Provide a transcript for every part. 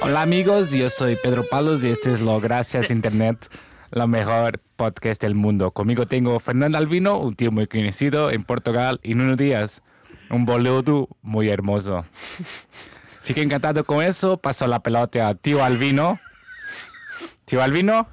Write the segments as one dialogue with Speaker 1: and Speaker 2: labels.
Speaker 1: Hola amigos, yo soy Pedro Palos y este es lo Gracias Internet, la mejor podcast del mundo. Conmigo tengo Fernando Albino, un tío muy conocido en Portugal, y Nuno Díaz, un boludo muy hermoso. Fiqué encantado con eso, paso la pelota a tío Albino. Tío Albino,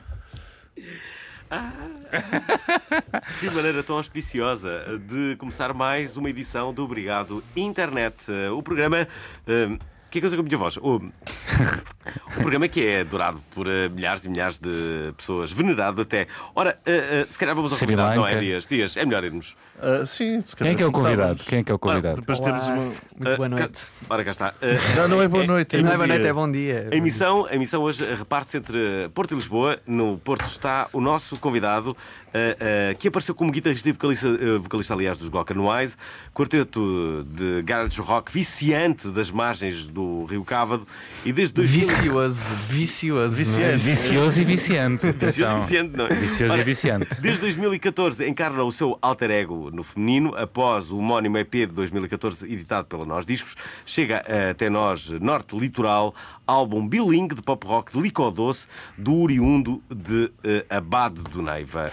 Speaker 2: Que maneira tão auspiciosa de começar mais uma edição do Obrigado Internet. O programa. hum, O que é que eu sei com a minha voz? O, o programa que é adorado por eh, milhares e milhares de pessoas, venerado até. Ora, eh, eh, se calhar vamos ao
Speaker 1: Sri
Speaker 2: convidado, não é,
Speaker 1: Lanka.
Speaker 2: Dias? Dias, é melhor irmos.
Speaker 3: Ah, sim, se
Speaker 1: quem é
Speaker 3: calhar
Speaker 1: que é o
Speaker 3: começávamos.
Speaker 1: convidado? Quem é que é o convidado?
Speaker 3: Ah, Depois temos
Speaker 4: Olá,
Speaker 3: uma.
Speaker 4: Muito boa
Speaker 2: Eh,
Speaker 4: noite.
Speaker 2: Cá, ora, cá está. Eh,
Speaker 3: Não, não é boa noite.
Speaker 2: é-
Speaker 4: Não é
Speaker 2: bom
Speaker 4: boa noite,
Speaker 2: dia.
Speaker 4: é bom dia.
Speaker 2: A emissão, a emissão hoje reparte-se entre Porto e Lisboa. No Porto está o nosso convidado, eh, eh, que apareceu como guitarrista e vocalista, eh, vocalista, aliás, dos Glock Anuais, quarteto de garage rock viciante das margens do Rio Cávado e desde 2000...
Speaker 4: Vicioso, vicioso. não é?
Speaker 1: Vicioso e viciante.
Speaker 2: Vicioso
Speaker 1: atenção.
Speaker 2: e viciante, não é?
Speaker 1: Vicioso e
Speaker 2: Ora,
Speaker 1: viciante.
Speaker 2: Desde 2014 encarna o seu alter ego no feminino. Após o homónimo EP de 2014, editado pela Nós Discos, chega eh, até nós Norte Litoral, álbum bilingue de pop rock de licor doce, do oriundo de eh, Abade do Neiva.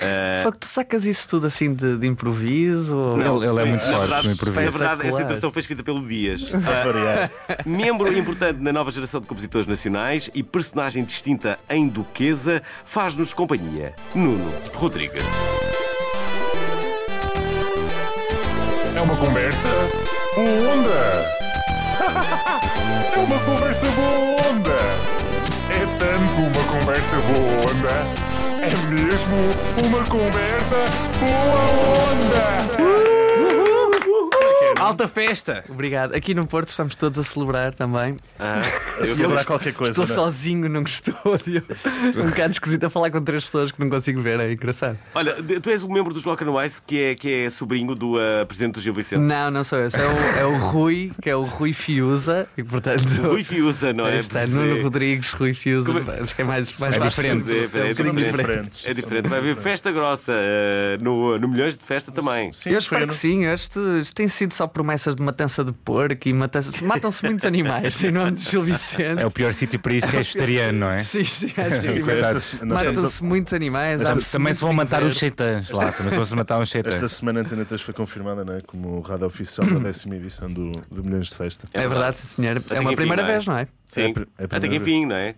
Speaker 2: Eh,
Speaker 4: Fuck, tu sacas isso tudo assim de, de improviso? ou-
Speaker 1: Ele, ele é muito
Speaker 2: na
Speaker 1: forte
Speaker 2: verdade,
Speaker 1: no
Speaker 2: bem, a
Speaker 1: improviso.
Speaker 2: verdade, esta
Speaker 4: Claro.
Speaker 2: introdução foi escrita pelo Dias. Ah, membro importante na nova geração de compositores nacionais e personagem distinta em Duquesa, faz-nos companhia. Nuno Rodrigues.
Speaker 5: É uma conversa boa onda. É uma conversa boa onda. É tanto uma conversa boa onda. É mesmo uma conversa boa onda.
Speaker 1: Alta festa!
Speaker 4: Obrigado. Aqui no Porto estamos todos a celebrar também.
Speaker 2: Ah, eu-
Speaker 3: Celebrar
Speaker 4: estou-
Speaker 3: qualquer coisa,
Speaker 4: Estou
Speaker 3: não é?
Speaker 4: sozinho num estúdio. um bocado esquisito a falar com três pessoas que não consigo ver, é engraçado.
Speaker 2: Olha, de- tu és um membro dos Glock and Wise que é, que é sobrinho do ah, presidente do Gil Vicente.
Speaker 4: Não, não sou eu. sou- é o Rui, que é o Rui Fiuza. E portanto.
Speaker 2: Rui Fiusa, não é?
Speaker 4: Está
Speaker 2: Pois
Speaker 4: Nuno
Speaker 2: é.
Speaker 4: Rodrigues, Rui Fiuza.
Speaker 2: Como é-
Speaker 4: Acho que é mais, mais
Speaker 1: É
Speaker 4: fácil.
Speaker 1: diferente.
Speaker 2: Pois é, pois é,
Speaker 4: É um
Speaker 2: é
Speaker 4: bocadinho
Speaker 2: diferente.
Speaker 4: diferente.
Speaker 2: É diferente. Vai haver festa grossa ah, no, no Milhões de Festa também.
Speaker 3: Sim,
Speaker 4: Eu espero
Speaker 3: foi no-
Speaker 4: que sim, este, isto tem sido só promessas de matança de porco e matança. se Matam-se muitos animais, em nome de Gil Vicente.
Speaker 1: É o pior sítio para isso, é vegetariano, não é?
Speaker 4: Sim, sim, acho que
Speaker 3: Sim,
Speaker 4: sim.
Speaker 3: foi esta
Speaker 1: coitados.
Speaker 3: se- nós temos
Speaker 4: Matam-se muitos animais.
Speaker 1: Tam-
Speaker 4: há-se
Speaker 1: Também
Speaker 4: muito
Speaker 1: se vão matar
Speaker 4: viver.
Speaker 1: os cheitãs lá, também se vão se matar um uns
Speaker 3: a- Esta
Speaker 1: cheitãs.
Speaker 3: semana a Antena 3 foi confirmada não é? como rádio oficial da décima edição do, do Milhões de Festa.
Speaker 4: É verdade, sim, senhor.
Speaker 2: Até
Speaker 4: É uma
Speaker 2: que enfim,
Speaker 4: primeira
Speaker 2: não é?
Speaker 4: vez, não é?
Speaker 2: Sim.
Speaker 3: É a pr- é a
Speaker 2: Até que
Speaker 3: primeira
Speaker 2: enfim, não é?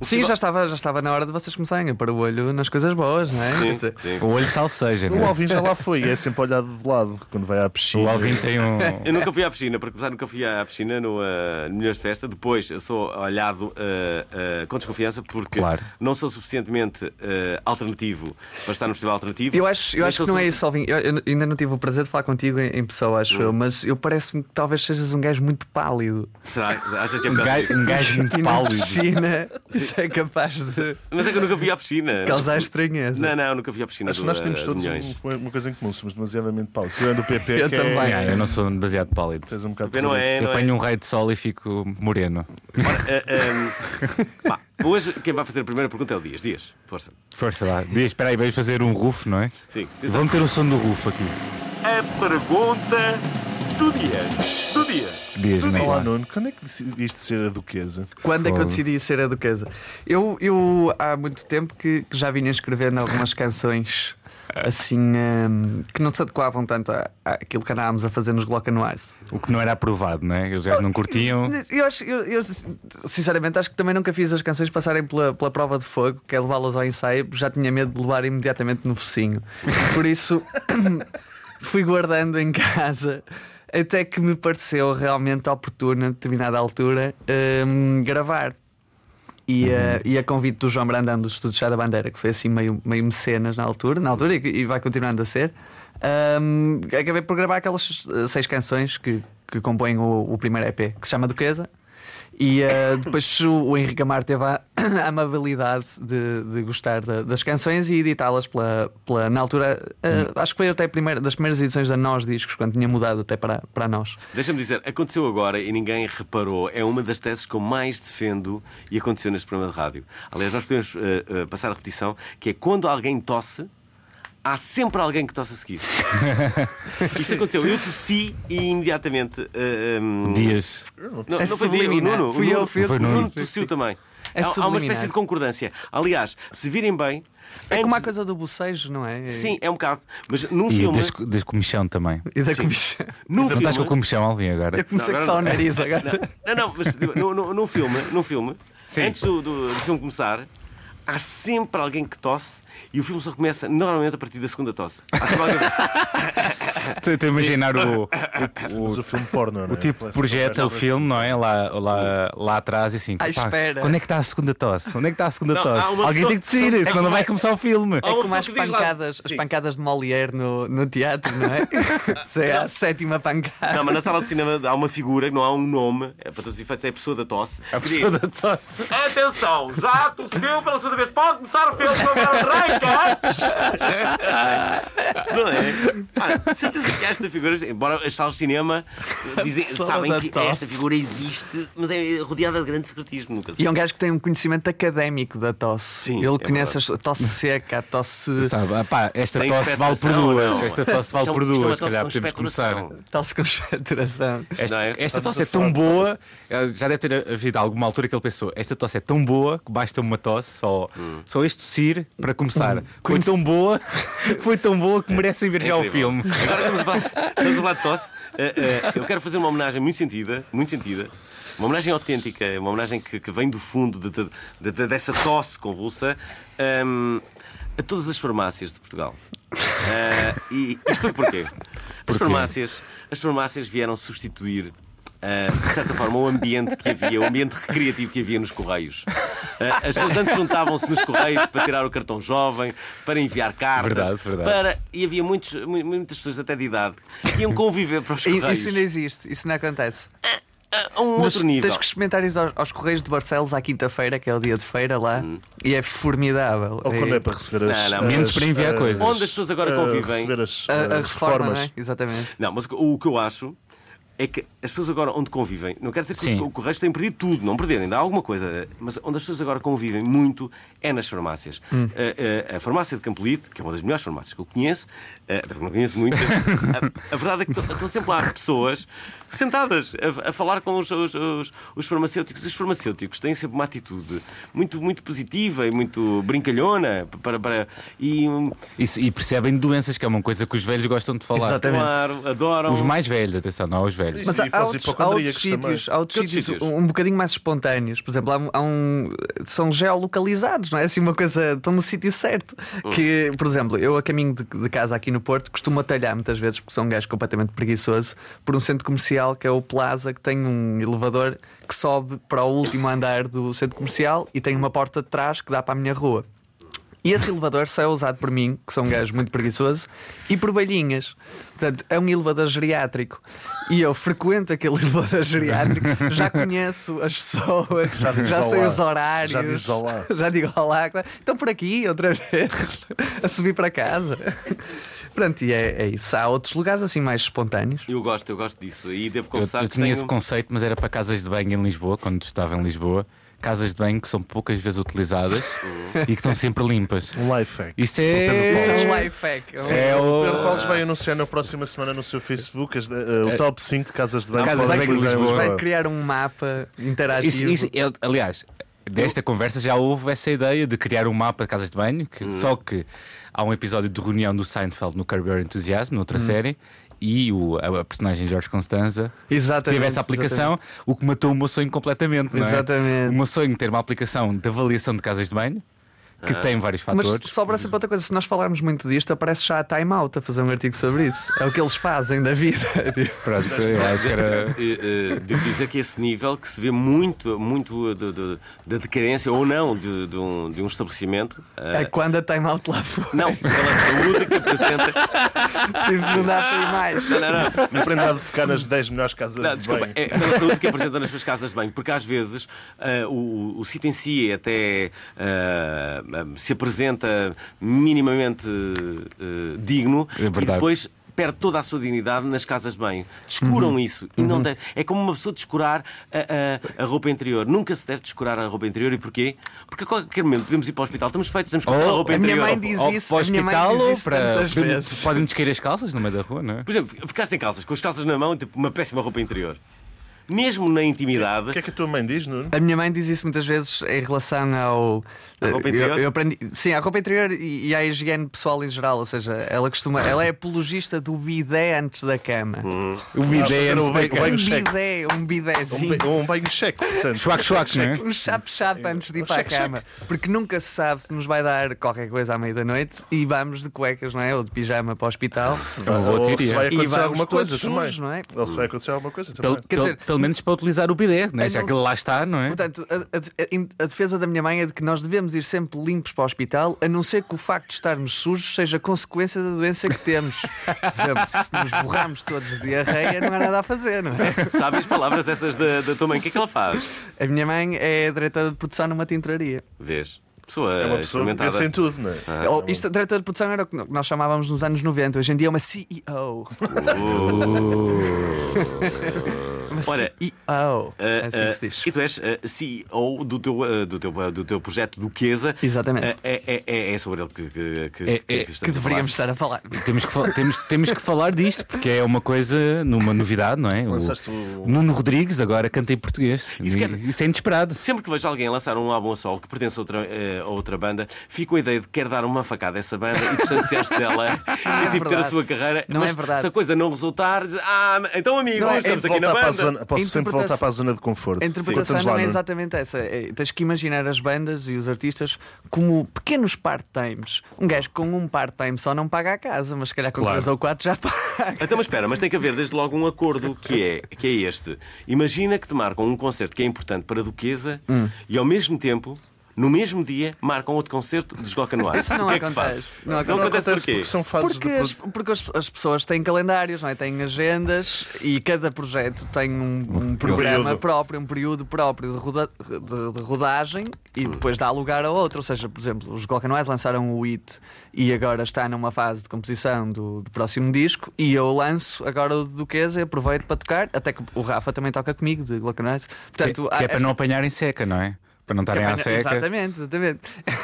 Speaker 4: Sim, já estava, já estava na hora de vocês começarem a pôr o olho nas coisas boas, não é? Quer
Speaker 2: Sim,
Speaker 4: dizer,
Speaker 2: sim.
Speaker 1: O olho salvo seja,
Speaker 3: O
Speaker 1: não é?
Speaker 3: Alvin já lá foi e é sempre olhado de lado quando vai à piscina.
Speaker 1: O Alvin tem um.
Speaker 4: é.
Speaker 2: Eu nunca fui à piscina, para começar, nunca fui à piscina no, ah, no Milhões de Festa. Depois eu sou olhado ah, ah, com desconfiança porque
Speaker 1: Claro.
Speaker 2: não sou suficientemente ah, alternativo para estar no festival alternativo.
Speaker 4: Eu acho, eu
Speaker 2: Nem
Speaker 4: acho
Speaker 2: sou
Speaker 4: que não é
Speaker 2: su-
Speaker 4: isso, Alvin. Eu, eu ainda não tive o prazer de falar contigo em, em pessoa, acho eu, mas eu parece-me que talvez sejas um gajo muito pálido.
Speaker 2: Será? Acha que é
Speaker 1: Um
Speaker 2: por causa
Speaker 1: gajo,
Speaker 2: disso?
Speaker 1: um gajo
Speaker 4: E
Speaker 1: muito
Speaker 4: na
Speaker 1: pálido.
Speaker 4: piscina, isso é capaz de
Speaker 2: Mas é que eu nunca fui à piscina.
Speaker 4: causar estranheza.
Speaker 2: Não, não, nunca fui à piscina
Speaker 3: Acho
Speaker 2: do,
Speaker 3: que nós temos
Speaker 2: ah,
Speaker 3: todos
Speaker 2: Milhões.
Speaker 3: um- uma coisa em comum, somos demasiadamente pausos. Tirando o PP,
Speaker 4: Eu
Speaker 3: que
Speaker 4: também.
Speaker 3: É...
Speaker 1: Yeah, eu não sou demasiado pálido.
Speaker 3: Tens um bocado
Speaker 2: Bem, não é,
Speaker 1: Eu
Speaker 2: não é.
Speaker 1: apanho um raio de sol e fico moreno.
Speaker 2: Ah, ah, pá, hoje quem vai fazer a primeira pergunta é o Dias. Dias, força.
Speaker 1: Força lá. Diz, espera aí, vais fazer um roof, não é?
Speaker 2: Sim.
Speaker 1: Vamos ter o som do roof aqui.
Speaker 2: A pergunta do Dias. Do Dias.
Speaker 1: Diz, não
Speaker 3: Olá,
Speaker 1: é?
Speaker 3: Nuno, quando é que decidiste ser a duquesa?
Speaker 4: Quando é que eu
Speaker 1: Fogo.
Speaker 4: decidi ser a Duquesa? Eu, eu há muito tempo que, que já vinha escrevendo algumas canções assim hum, que não se adequavam tanto à- àquilo que andávamos a fazer nos Glock Anuais.
Speaker 1: O que não era aprovado, não é? Os gajos não curtiam.
Speaker 4: Eu, acho- eu- eu, sinceramente acho que também nunca fiz as canções passarem pela, pela prova de fogo, que é levá-las ao ensaio, porque já tinha medo de levar imediatamente no focinho. Por isso fui guardando em casa. Até que me pareceu realmente oportuno, a determinada altura, hum, gravar. E E, eh, e a convite do João um Brandão do Estúdio Chá da Bandeira, que foi assim meio, meio mecenas na altura, na altura e, e vai continuando a ser, ahm, acabei por gravar aquelas eh, seis canções que, que compõem o, o primeiro EP, que se chama Duquesa. E eh, depois o, o Henrique Amar teve a, a amabilidade de, de gostar da- das canções e editá-las pela, pela. Na altura, eh, acho que foi até a primeira, das primeiras edições da Nós Discos, quando tinha mudado até para, para nós.
Speaker 2: Deixa-me dizer, aconteceu agora e ninguém reparou. É uma das teses que eu mais defendo e aconteceu neste programa de rádio. Aliás, nós podemos eh, eh, passar a repetição, que é quando alguém tosse, há sempre alguém que tosse a seguir. Isto aconteceu. Eu tossi e imediatamente... eh, hum,
Speaker 1: Dias.
Speaker 2: Não,
Speaker 4: É
Speaker 2: não foi Diego, o
Speaker 4: subliminar.
Speaker 2: Nuno. o
Speaker 4: Fui
Speaker 2: Nuno,
Speaker 4: eu, fui eu
Speaker 2: o
Speaker 1: que
Speaker 2: Nuno
Speaker 4: disse.
Speaker 2: tossiu também.
Speaker 4: É
Speaker 2: Há- há uma
Speaker 4: subliminar.
Speaker 2: espécie de concordância. Aliás, se virem bem...
Speaker 4: É como
Speaker 2: antes-
Speaker 4: a coisa do bocejo, não é?
Speaker 2: Sim, é um bocado. Mas num
Speaker 1: E
Speaker 2: filme...
Speaker 1: des- descomichão também.
Speaker 4: E da comissão.
Speaker 2: Num
Speaker 1: Não então estás com
Speaker 2: filme-
Speaker 1: comichão, Alvin, agora?
Speaker 4: Eu comecei
Speaker 2: Não,
Speaker 4: com
Speaker 2: agora
Speaker 4: só o
Speaker 2: não.
Speaker 4: nariz agora.
Speaker 2: Não, não, mas digo, num, num- num filme, num filme antes do, do- do filme começar, há sempre alguém que tosse e o filme só começa normalmente a partir da segunda tosse. Há sempre alguém-
Speaker 4: É
Speaker 1: Estou estou a imaginar o, o-
Speaker 3: Mas
Speaker 1: o,
Speaker 3: o filme porno, não
Speaker 1: o
Speaker 3: é?
Speaker 1: tipo
Speaker 3: Essa
Speaker 1: projeta o
Speaker 3: conversa-
Speaker 1: filme, não é? Lá, lá, lá atrás e assim.
Speaker 4: À
Speaker 1: pá,
Speaker 4: espera.
Speaker 1: Quando é que está a segunda tosse? Onde é que está a segunda
Speaker 2: Não,
Speaker 1: tosse?
Speaker 2: há uma
Speaker 1: Alguém
Speaker 2: pessoa
Speaker 1: tem que
Speaker 2: que
Speaker 1: decidir,
Speaker 2: só- é
Speaker 1: senão não
Speaker 2: como-
Speaker 1: vai começar o filme.
Speaker 2: Há uma
Speaker 4: É como
Speaker 2: pessoa
Speaker 4: as
Speaker 2: que diz lá-
Speaker 4: pancadas, as
Speaker 2: Sim.
Speaker 4: pancadas de Molière no, no teatro, não é? Isso é a sétima pancada.
Speaker 2: Não, mas na sala de cinema há uma figura que não há um nome, é, para todos os efeitos é a pessoa da tosse.
Speaker 1: A
Speaker 2: que diz,
Speaker 1: pessoa da tosse.
Speaker 2: Atenção, já tossiu pela segunda vez, pode começar o filme, não arranca! Não é? Ah, de certeza que esta figura, embora as salas de cinema dizem,
Speaker 4: pessoa
Speaker 2: sabem
Speaker 4: da
Speaker 2: que
Speaker 4: tosse.
Speaker 2: esta figura existe, mas é rodeada de grande secretismo, nunca se
Speaker 4: E é um gajo que tem um conhecimento académico da tosse.
Speaker 2: Sim,
Speaker 4: Ele
Speaker 2: é
Speaker 4: conhece a tosse seca, a tosse,
Speaker 1: Sabe, ah pá, esta
Speaker 2: Tem
Speaker 1: tosse vale por
Speaker 2: expectação,
Speaker 1: duas.
Speaker 2: não?
Speaker 1: Esta tosse vale
Speaker 2: Isto é um-
Speaker 1: por
Speaker 2: isto é uma
Speaker 1: duas, se
Speaker 2: tosse
Speaker 1: calhar
Speaker 2: com
Speaker 1: podemos começar.
Speaker 2: especulação.
Speaker 4: tosse com saturação.
Speaker 1: Esta,
Speaker 2: Não é?
Speaker 1: esta tosse é tão boa, eh, já deve ter havido alguma altura que ele pensou: esta tosse é tão boa que basta uma tosse, só,
Speaker 2: Hum.
Speaker 1: só este tossir para começar. Foi
Speaker 4: Conhece-
Speaker 1: tão boa, foi tão boa que merecem ver já o
Speaker 2: É Incrível.
Speaker 1: filme.
Speaker 2: Agora estamos a falar, estamos a falar de tosse. Eh, eh, eu quero fazer uma homenagem muito sentida, muito sentida. Uma homenagem autêntica, uma homenagem que, que vem do fundo de- de- de- de- dessa tosse convulsa ehm, a todas as farmácias de Portugal. Eh, e e explico porquê. As farmácias, as farmácias vieram substituir. eh, de certa forma, o ambiente que havia, o ambiente recreativo que havia nos Correios. Eh, as pessoas antes juntavam-se nos Correios para tirar o cartão jovem, para enviar cartas,
Speaker 1: Verdade, verdade.
Speaker 2: para era- e havia muitos, mu- muitas pessoas até de idade que iam conviver para os
Speaker 4: E-
Speaker 2: correios
Speaker 4: Isso não existe, isso não acontece.
Speaker 2: a um
Speaker 4: Mas
Speaker 2: outro nível.
Speaker 4: Tens que experimentar isso aos, aos Correios de Barcelos à quinta-feira, que é o dia de feira lá,
Speaker 2: Hum.
Speaker 4: e é formidável.
Speaker 3: Ou
Speaker 4: É-
Speaker 3: quando é para receber as.
Speaker 2: Não, não,
Speaker 1: menos para enviar
Speaker 3: as-
Speaker 1: coisas.
Speaker 2: Onde as pessoas agora
Speaker 4: Ah,
Speaker 3: eh,
Speaker 2: convivem.
Speaker 3: Receber as,
Speaker 4: a, a
Speaker 3: as
Speaker 4: reforma, não
Speaker 3: reformas.
Speaker 4: é? Exatamente.
Speaker 2: Não, mas o, que- o que eu acho é que as pessoas agora onde convivem, não quero dizer que
Speaker 1: Sim.
Speaker 2: os co- correios têm perdido tudo, não perderem, ainda há alguma coisa, mas onde as pessoas agora convivem muito é nas farmácias.
Speaker 1: Hum.
Speaker 2: Eh, A, a- a farmácia de Campolide, que é uma das melhores farmácias que eu conheço, eh, até porque não conheço muito, a, a verdade é que estão estão sempre lá pessoas sentadas a, a falar com os, os- os- os farmacêuticos. Os farmacêuticos têm sempre uma atitude muito, muito positiva e muito brincalhona para, para, e hum,
Speaker 1: E, se- e percebem doenças, que é uma coisa que os velhos gostam de falar.
Speaker 4: Exatamente.
Speaker 2: claro, adoram.
Speaker 1: Os mais velhos, atenção, não os velhos.
Speaker 4: Mas
Speaker 3: E
Speaker 4: há,
Speaker 3: para os
Speaker 4: outros, há outros
Speaker 3: hipocondríacos
Speaker 4: sítios,
Speaker 3: também.
Speaker 4: há outros
Speaker 2: Que outros
Speaker 4: sítios,
Speaker 2: sítios?
Speaker 4: Um, um bocadinho mais espontâneos. Por exemplo, há um, há um- são geolocalizados, não é assim uma coisa. Estão no sítio certo.
Speaker 3: Hum.
Speaker 4: Que, por exemplo, eu a caminho de, de casa aqui no Porto costumo atalhar muitas vezes, porque sou um gajo completamente preguiçoso, por um centro comercial que é o Plaza, que tem um elevador que sobe para o último andar do centro comercial e tem uma porta de trás que dá para a minha rua. E esse elevador só é usado por mim, que sou um gajo muito preguiçoso, e por velhinhas. Portanto, é um elevador geriátrico. E eu frequento aquele elevador geriátrico, já conheço as pessoas, já,
Speaker 3: dizes
Speaker 4: sei
Speaker 3: olá.
Speaker 4: os horários.
Speaker 3: Já dizes olá.
Speaker 4: Já digo olá. Estão por aqui outra vez, a subir para casa. Pronto, e é, é isso. Há outros lugares assim mais espontâneos.
Speaker 2: Eu gosto, eu gosto disso. E devo
Speaker 1: Eu,
Speaker 2: confessar
Speaker 1: eu
Speaker 2: que
Speaker 1: tinha
Speaker 2: tenho...
Speaker 1: esse conceito, mas era para casas de banho em Lisboa, quando estava em Lisboa. Casas de banho que são poucas vezes utilizadas e que estão sempre limpas.
Speaker 3: Um life hack.
Speaker 1: Isso é.
Speaker 4: Isso é um life hack. É um-
Speaker 1: É o-
Speaker 3: Pelo qual se vai anunciar na próxima semana no seu Facebook as de- eh,
Speaker 2: É.
Speaker 3: o top 5 de casas de banho.
Speaker 1: Casas de
Speaker 3: podem
Speaker 1: banho em
Speaker 3: utilizar em
Speaker 1: Lisboa.
Speaker 4: Vai criar um mapa interativo.
Speaker 1: Isso- isso- eu- aliás, desta conversa já houve essa ideia de criar um mapa de casas de banho, que- só que há um episódio de reunião do Seinfeld no Curb Your Enthusiasm, noutra série, e o, a, a personagem Jorge Constanza
Speaker 4: Exatamente,
Speaker 1: teve essa aplicação, o que matou o meu sonho completamente. Não é?
Speaker 4: Exatamente.
Speaker 1: O meu sonho ter uma aplicação de avaliação de casas de banho. que tem vários
Speaker 4: Mas
Speaker 1: fatores.
Speaker 4: sobra sempre outra coisa, se nós falarmos muito disto, aparece já a Time Out a fazer um artigo sobre isso. É o que eles fazem da vida. Tipo,
Speaker 1: Pronto, eu acho que era.
Speaker 2: Eh, eh, Devo dizer que esse nível que se vê muito, muito eh, de- de- da decadência ou não de, de um, de um estabelecimento. eh,
Speaker 4: É quando a Time Out lá
Speaker 1: É.
Speaker 4: for.
Speaker 2: Não, pela saúde que apresenta.
Speaker 4: Tipo, não dá para ir mais.
Speaker 2: Não, não, não.
Speaker 3: Aprenda a ficar nas 10 melhores casas
Speaker 2: Não,
Speaker 3: de
Speaker 2: desculpa,
Speaker 3: banho.
Speaker 2: é pela saúde que apresentam nas suas casas de banho, porque às vezes ah, o, o sítio em si até ah, ah, se apresenta minimamente ah, digno
Speaker 1: É verdade.
Speaker 2: e depois perde toda a sua dignidade nas casas de banho. Descuram
Speaker 4: Uhum.
Speaker 2: isso. E não deve- É como uma pessoa descurar a, a- a roupa interior. Nunca se deve descurar a roupa interior. E porquê? Porque a qualquer momento podemos ir para o hospital, estamos feitos, estamos com a
Speaker 1: Ou-
Speaker 2: roupa
Speaker 4: Oh, a minha
Speaker 2: interior.
Speaker 4: mãe diz
Speaker 1: Ou
Speaker 4: isso,
Speaker 1: para o
Speaker 4: a minha mãe
Speaker 1: hospital
Speaker 4: diz
Speaker 1: ou
Speaker 4: isso
Speaker 1: para.
Speaker 4: tantas vezes.
Speaker 1: Podem descair as calças no meio da rua, não é?
Speaker 2: Por exemplo, ficaste sem calças, com as calças na mão e tipo, uma péssima roupa interior. Mesmo na intimidade,
Speaker 3: O que é que a tua mãe diz, Nuno?
Speaker 4: A minha mãe diz isso muitas vezes em relação ao.
Speaker 2: À roupa
Speaker 4: eu-
Speaker 2: interior?
Speaker 4: Eu, aprendi, sim, à roupa interior e, e à higiene pessoal em geral. Ou seja, ela costuma. Ela é apologista do bidé antes da cama.
Speaker 2: Hum.
Speaker 1: O bidé
Speaker 3: era
Speaker 1: antes
Speaker 3: o
Speaker 1: da
Speaker 3: banho- o
Speaker 1: cama.
Speaker 3: banho
Speaker 4: Um
Speaker 3: cheque.
Speaker 4: bidé, um
Speaker 3: Um,
Speaker 4: bidézinho.
Speaker 3: ba- um banho cheque, portanto.
Speaker 1: Chuac, chuac, não é?
Speaker 4: Um chap-chap antes de ir para a
Speaker 3: cheque, cheque.
Speaker 4: cama. Porque nunca se sabe se nos vai dar qualquer coisa à meia da noite e vamos de cuecas, não é? Ou de pijama para o hospital.
Speaker 1: É uma boa
Speaker 3: Ou se
Speaker 1: teoria.
Speaker 3: vai
Speaker 4: E
Speaker 3: acontecer
Speaker 4: vamos
Speaker 3: Ah, alguma
Speaker 4: todos
Speaker 3: coisa
Speaker 4: sujos,
Speaker 3: também.
Speaker 4: não é?
Speaker 3: Ou se vai acontecer alguma coisa
Speaker 1: Pelo,
Speaker 3: também.
Speaker 1: pelo-
Speaker 4: dizer-
Speaker 1: pelo menos para utilizar o bidé, né?
Speaker 4: Eu
Speaker 1: já
Speaker 4: não
Speaker 1: que ele
Speaker 4: sei.
Speaker 1: lá está, não é?
Speaker 4: Portanto, a, a- a- a defesa da minha mãe é de que nós devemos ir sempre limpos para o hospital, a não ser que o facto de estarmos sujos seja consequência da doença que temos. Por exemplo, se nos borrarmos todos de diarreia, não há nada a fazer, não é?
Speaker 2: Sabe as palavras essas da, da tua mãe? O que é que ela faz?
Speaker 4: A minha mãe é diretora de produção numa tinturaria.
Speaker 2: Vês? Pessoa
Speaker 3: É uma pessoa que
Speaker 2: experimentada. Ah.
Speaker 3: pensa em tudo, não é?
Speaker 2: tá
Speaker 4: Ou, isto, a diretora de produção era o que nós chamávamos nos anos 90, hoje em dia é uma CEO. uma
Speaker 2: Uh. Olha,
Speaker 4: CEO. é
Speaker 2: Ah,
Speaker 4: assim que
Speaker 2: ah,
Speaker 4: se diz.
Speaker 2: e tu és ah, CEO do teu, ah, do teu, ah, do teu projeto do Queza.
Speaker 4: Exatamente.
Speaker 2: Ah, é, é- é- é sobre ele que, que, que,
Speaker 1: É- é-
Speaker 2: estamos
Speaker 4: Que
Speaker 2: a falar.
Speaker 4: deveríamos estar a falar.
Speaker 1: Temos que, fal- temos, temos que falar disto, porque é uma coisa, numa novidade, não é?
Speaker 3: Lançaste o-
Speaker 1: Nuno Rodrigues agora canta em português.
Speaker 2: Isso
Speaker 1: Isso,
Speaker 2: quer-
Speaker 1: é inesperado.
Speaker 2: Sempre que vejo alguém lançar um álbum a solo que pertence a outra, eh, a outra banda, fico com a ideia de querer dar uma facada a essa banda e distanciar-se dela e tipo ter a
Speaker 4: é verdade.
Speaker 2: sua carreira.
Speaker 4: Não
Speaker 2: Mas
Speaker 4: é verdade.
Speaker 2: Se a coisa não resultar, diz, ah, então amigo,
Speaker 4: Não, é-
Speaker 2: estamos
Speaker 4: é
Speaker 2: aqui na
Speaker 3: Voltar para a
Speaker 2: banda.
Speaker 3: zona- Posso sempre
Speaker 4: Interpretação-
Speaker 3: voltar para a zona de conforto.
Speaker 4: A interpretação
Speaker 3: Sim.
Speaker 4: não é
Speaker 3: Nuno.
Speaker 4: exatamente essa. É, tens que imaginar as bandas e os artistas como pequenos part-times. Um gajo com um part-time só não paga a casa, mas se calhar com
Speaker 1: Claro.
Speaker 4: três ou quatro já paga.
Speaker 2: Então, mas espera, mas tem que haver desde logo um acordo que é, que é este. Imagina que te marcam um concerto que é importante para a Duquesa e ao mesmo tempo, no mesmo dia, marcam outro concerto, desloca no ar.
Speaker 4: Isso não
Speaker 2: o que é que tu
Speaker 4: acontece.
Speaker 2: fazes?
Speaker 4: Não
Speaker 2: não acontece porquê?
Speaker 3: porque são fases
Speaker 4: Porque,
Speaker 3: de...
Speaker 4: as, porque as, as pessoas têm calendários, não é? têm agendas e cada projeto tem um, um programa
Speaker 3: período.
Speaker 4: próprio, um período próprio de, roda- de- de rodagem e depois dá lugar a outro. Ou seja, por exemplo, os Golcanoais lançaram o It e agora está numa fase de composição do, do próximo disco e eu lanço agora o Duquesa e aproveito para tocar, até que o Rafa também toca comigo de Golcanoais.
Speaker 1: Que,
Speaker 4: Portanto,
Speaker 1: que
Speaker 4: há
Speaker 1: é para
Speaker 4: essa-
Speaker 1: não apanharem seca, não é? Para não estarem à
Speaker 4: Campanha-
Speaker 1: seca.
Speaker 4: Exatamente, exatamente.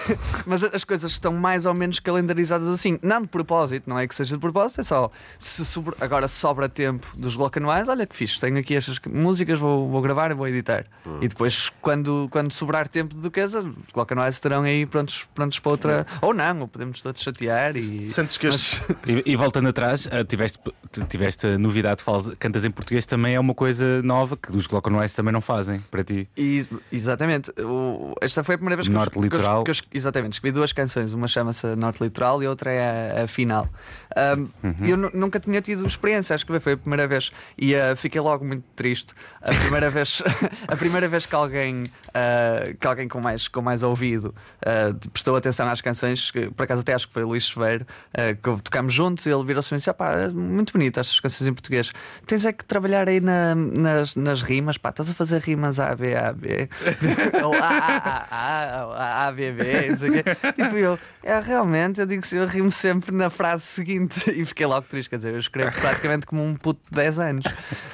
Speaker 4: Mas as coisas estão mais ou menos calendarizadas assim. Não de propósito, não é que seja de propósito, é só se sobra- agora sobra tempo dos Glocanoais, olha que fixe, tenho aqui estas músicas, vou, vou gravar e vou editar. E depois, quando, quando sobrar tempo de duquesa, os Glocanoais estarão aí prontos, prontos para outra. Ou não, ou podemos todos chatear e.
Speaker 3: Sentes que este...
Speaker 1: E, e voltando atrás, ah, tiveste, t- tiveste a novidade, falas, cantas em português também é uma coisa nova que os Glocanoises também não fazem para ti.
Speaker 4: E- exatamente. O- esta foi a primeira vez que
Speaker 1: Norte
Speaker 4: eu, que eu-
Speaker 1: Litoral.
Speaker 4: que eu- exatamente, escrevi duas canções. Uma chama-se Norte Litoral e outra é a, a final. Ahm,
Speaker 1: Uhum.
Speaker 4: Eu nu- nunca tinha tido experiência a escrever, foi a primeira vez. E ah, fiquei logo muito triste. A primeira vez, a primeira vez que alguém, ah, que alguém com, mais, com mais ouvido ah, prestou atenção às canções, que por acaso até acho que foi o Luís Severo, ah, que tocámos juntos e ele virou-se e disse: "Ah pá, é muito bonito estas canções em português. Tens é que trabalhar aí na- nas, nas rimas, pá, estás a fazer rimas A, B, A, B, ou A, A, A, A, ou A, A, B, B, não sei o quê. Tipo, eu, é realmente, eu digo que eu rimo sempre na frase seguinte e fiquei logo triste, quer dizer, eu escrevo praticamente como um puto de 10 anos.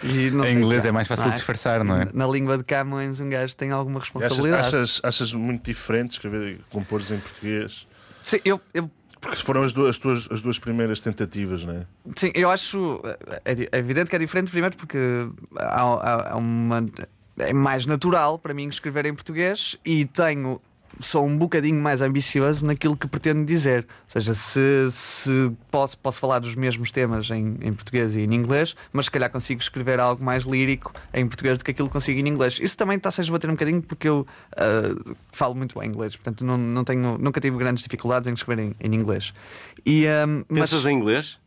Speaker 4: E não
Speaker 1: Em
Speaker 4: tem
Speaker 1: inglês
Speaker 4: cá,
Speaker 1: é mais fácil
Speaker 4: não
Speaker 1: disfarçar, não é?
Speaker 4: Na língua de Camões, um gajo tem alguma
Speaker 3: achas,
Speaker 4: responsabilidade.
Speaker 3: achas, achas muito diferente escrever compores em português?
Speaker 4: Sim, eu- eu
Speaker 3: Porque foram as duas, as tuas, as duas primeiras tentativas, não é?
Speaker 4: Sim, eu acho. É di- é evidente que é diferente, primeiro porque há, há- há uma. É mais natural para mim escrever em português e tenho sou um bocadinho mais ambicioso naquilo que pretendo dizer. Ou seja, se, se posso, posso falar dos mesmos temas em, em português e em inglês, mas se calhar consigo escrever algo mais lírico em português do que aquilo que consigo em inglês. Isso também está-se a esbater um bocadinho porque eu ah, falo muito bem inglês, portanto não, não tenho, nunca tive grandes dificuldades em escrever em, em inglês. E, ah, mas-
Speaker 2: Pensas em inglês?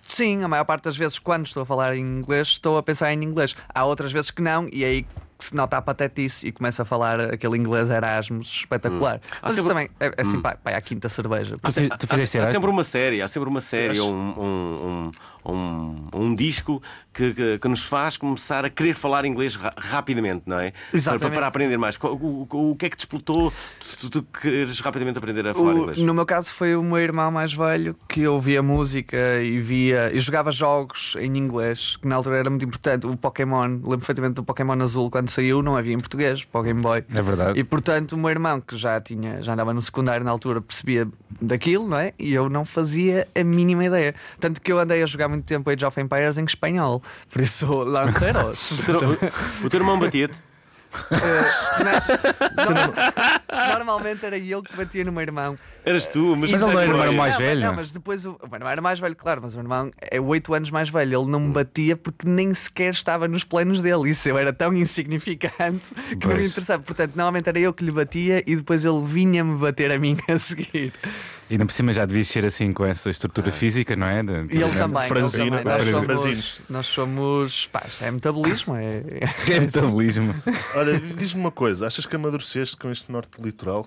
Speaker 4: Sim, a maior parte das vezes, quando estou a falar em inglês, estou a pensar em inglês. Há outras vezes que não, e é aí que se nota a patetice e começa a falar aquele inglês Erasmus espetacular. Mas isso
Speaker 2: sempre-
Speaker 4: também é, é assim, pá, pá, é a quinta cerveja.
Speaker 1: Tu, fiz- tu fizeste
Speaker 2: Há
Speaker 1: Erasmus?
Speaker 2: sempre uma série, há sempre uma série, ou um, um, um, um, um disco que, que, que nos faz começar a querer falar inglês ra- rapidamente, não é? Para- Para,
Speaker 4: Exatamente.
Speaker 2: para aprender mais. Co- O, o- o que é que te explotou tu, tu, tu quereres rapidamente aprender a falar
Speaker 4: O-
Speaker 2: inglês?
Speaker 4: no meu caso foi o meu irmão mais velho que ouvia música e via e jogava jogos em inglês, que na altura era muito importante. O Pokémon, lembro perfeitamente do Pokémon Azul quando saiu, não havia em português, para o Game Boy.
Speaker 1: É verdade.
Speaker 4: E portanto, o meu irmão, que já tinha, já andava no secundário na altura, percebia daquilo, não é? E eu não fazia a mínima ideia. Tanto que eu andei a jogar muito tempo Age of Empires em espanhol. Por isso, lanceros.
Speaker 2: O teu- o, o teu irmão batia-te?
Speaker 4: Eh, Normalmente era eu que batia no meu irmão.
Speaker 2: Eras tu, mas,
Speaker 1: Mas ele não era o
Speaker 2: Pois.
Speaker 1: irmão mais
Speaker 4: Não,
Speaker 1: velho.
Speaker 4: Não, mas depois o, o meu irmão era mais velho, claro, mas o meu irmão é 8 anos mais velho. Ele não
Speaker 1: Hum.
Speaker 4: me batia porque nem sequer estava nos planos dele. Isso eu era tão insignificante que não me
Speaker 1: Pois.
Speaker 4: interessava. Portanto, normalmente era eu que lhe batia e depois ele vinha-me bater a mim a seguir.
Speaker 1: E ainda por cima já devias ser assim com essa estrutura física, não é? De- de-
Speaker 4: Ah. E ele também. ele
Speaker 3: franzino,
Speaker 4: também.
Speaker 3: pá,
Speaker 4: Nós,
Speaker 3: franzino.
Speaker 4: somos, nós somos. Pá, isto é metabolismo. É,
Speaker 1: É metabolismo.
Speaker 3: Olha, diz-me uma coisa, achas que amadureceste com este norte litoral?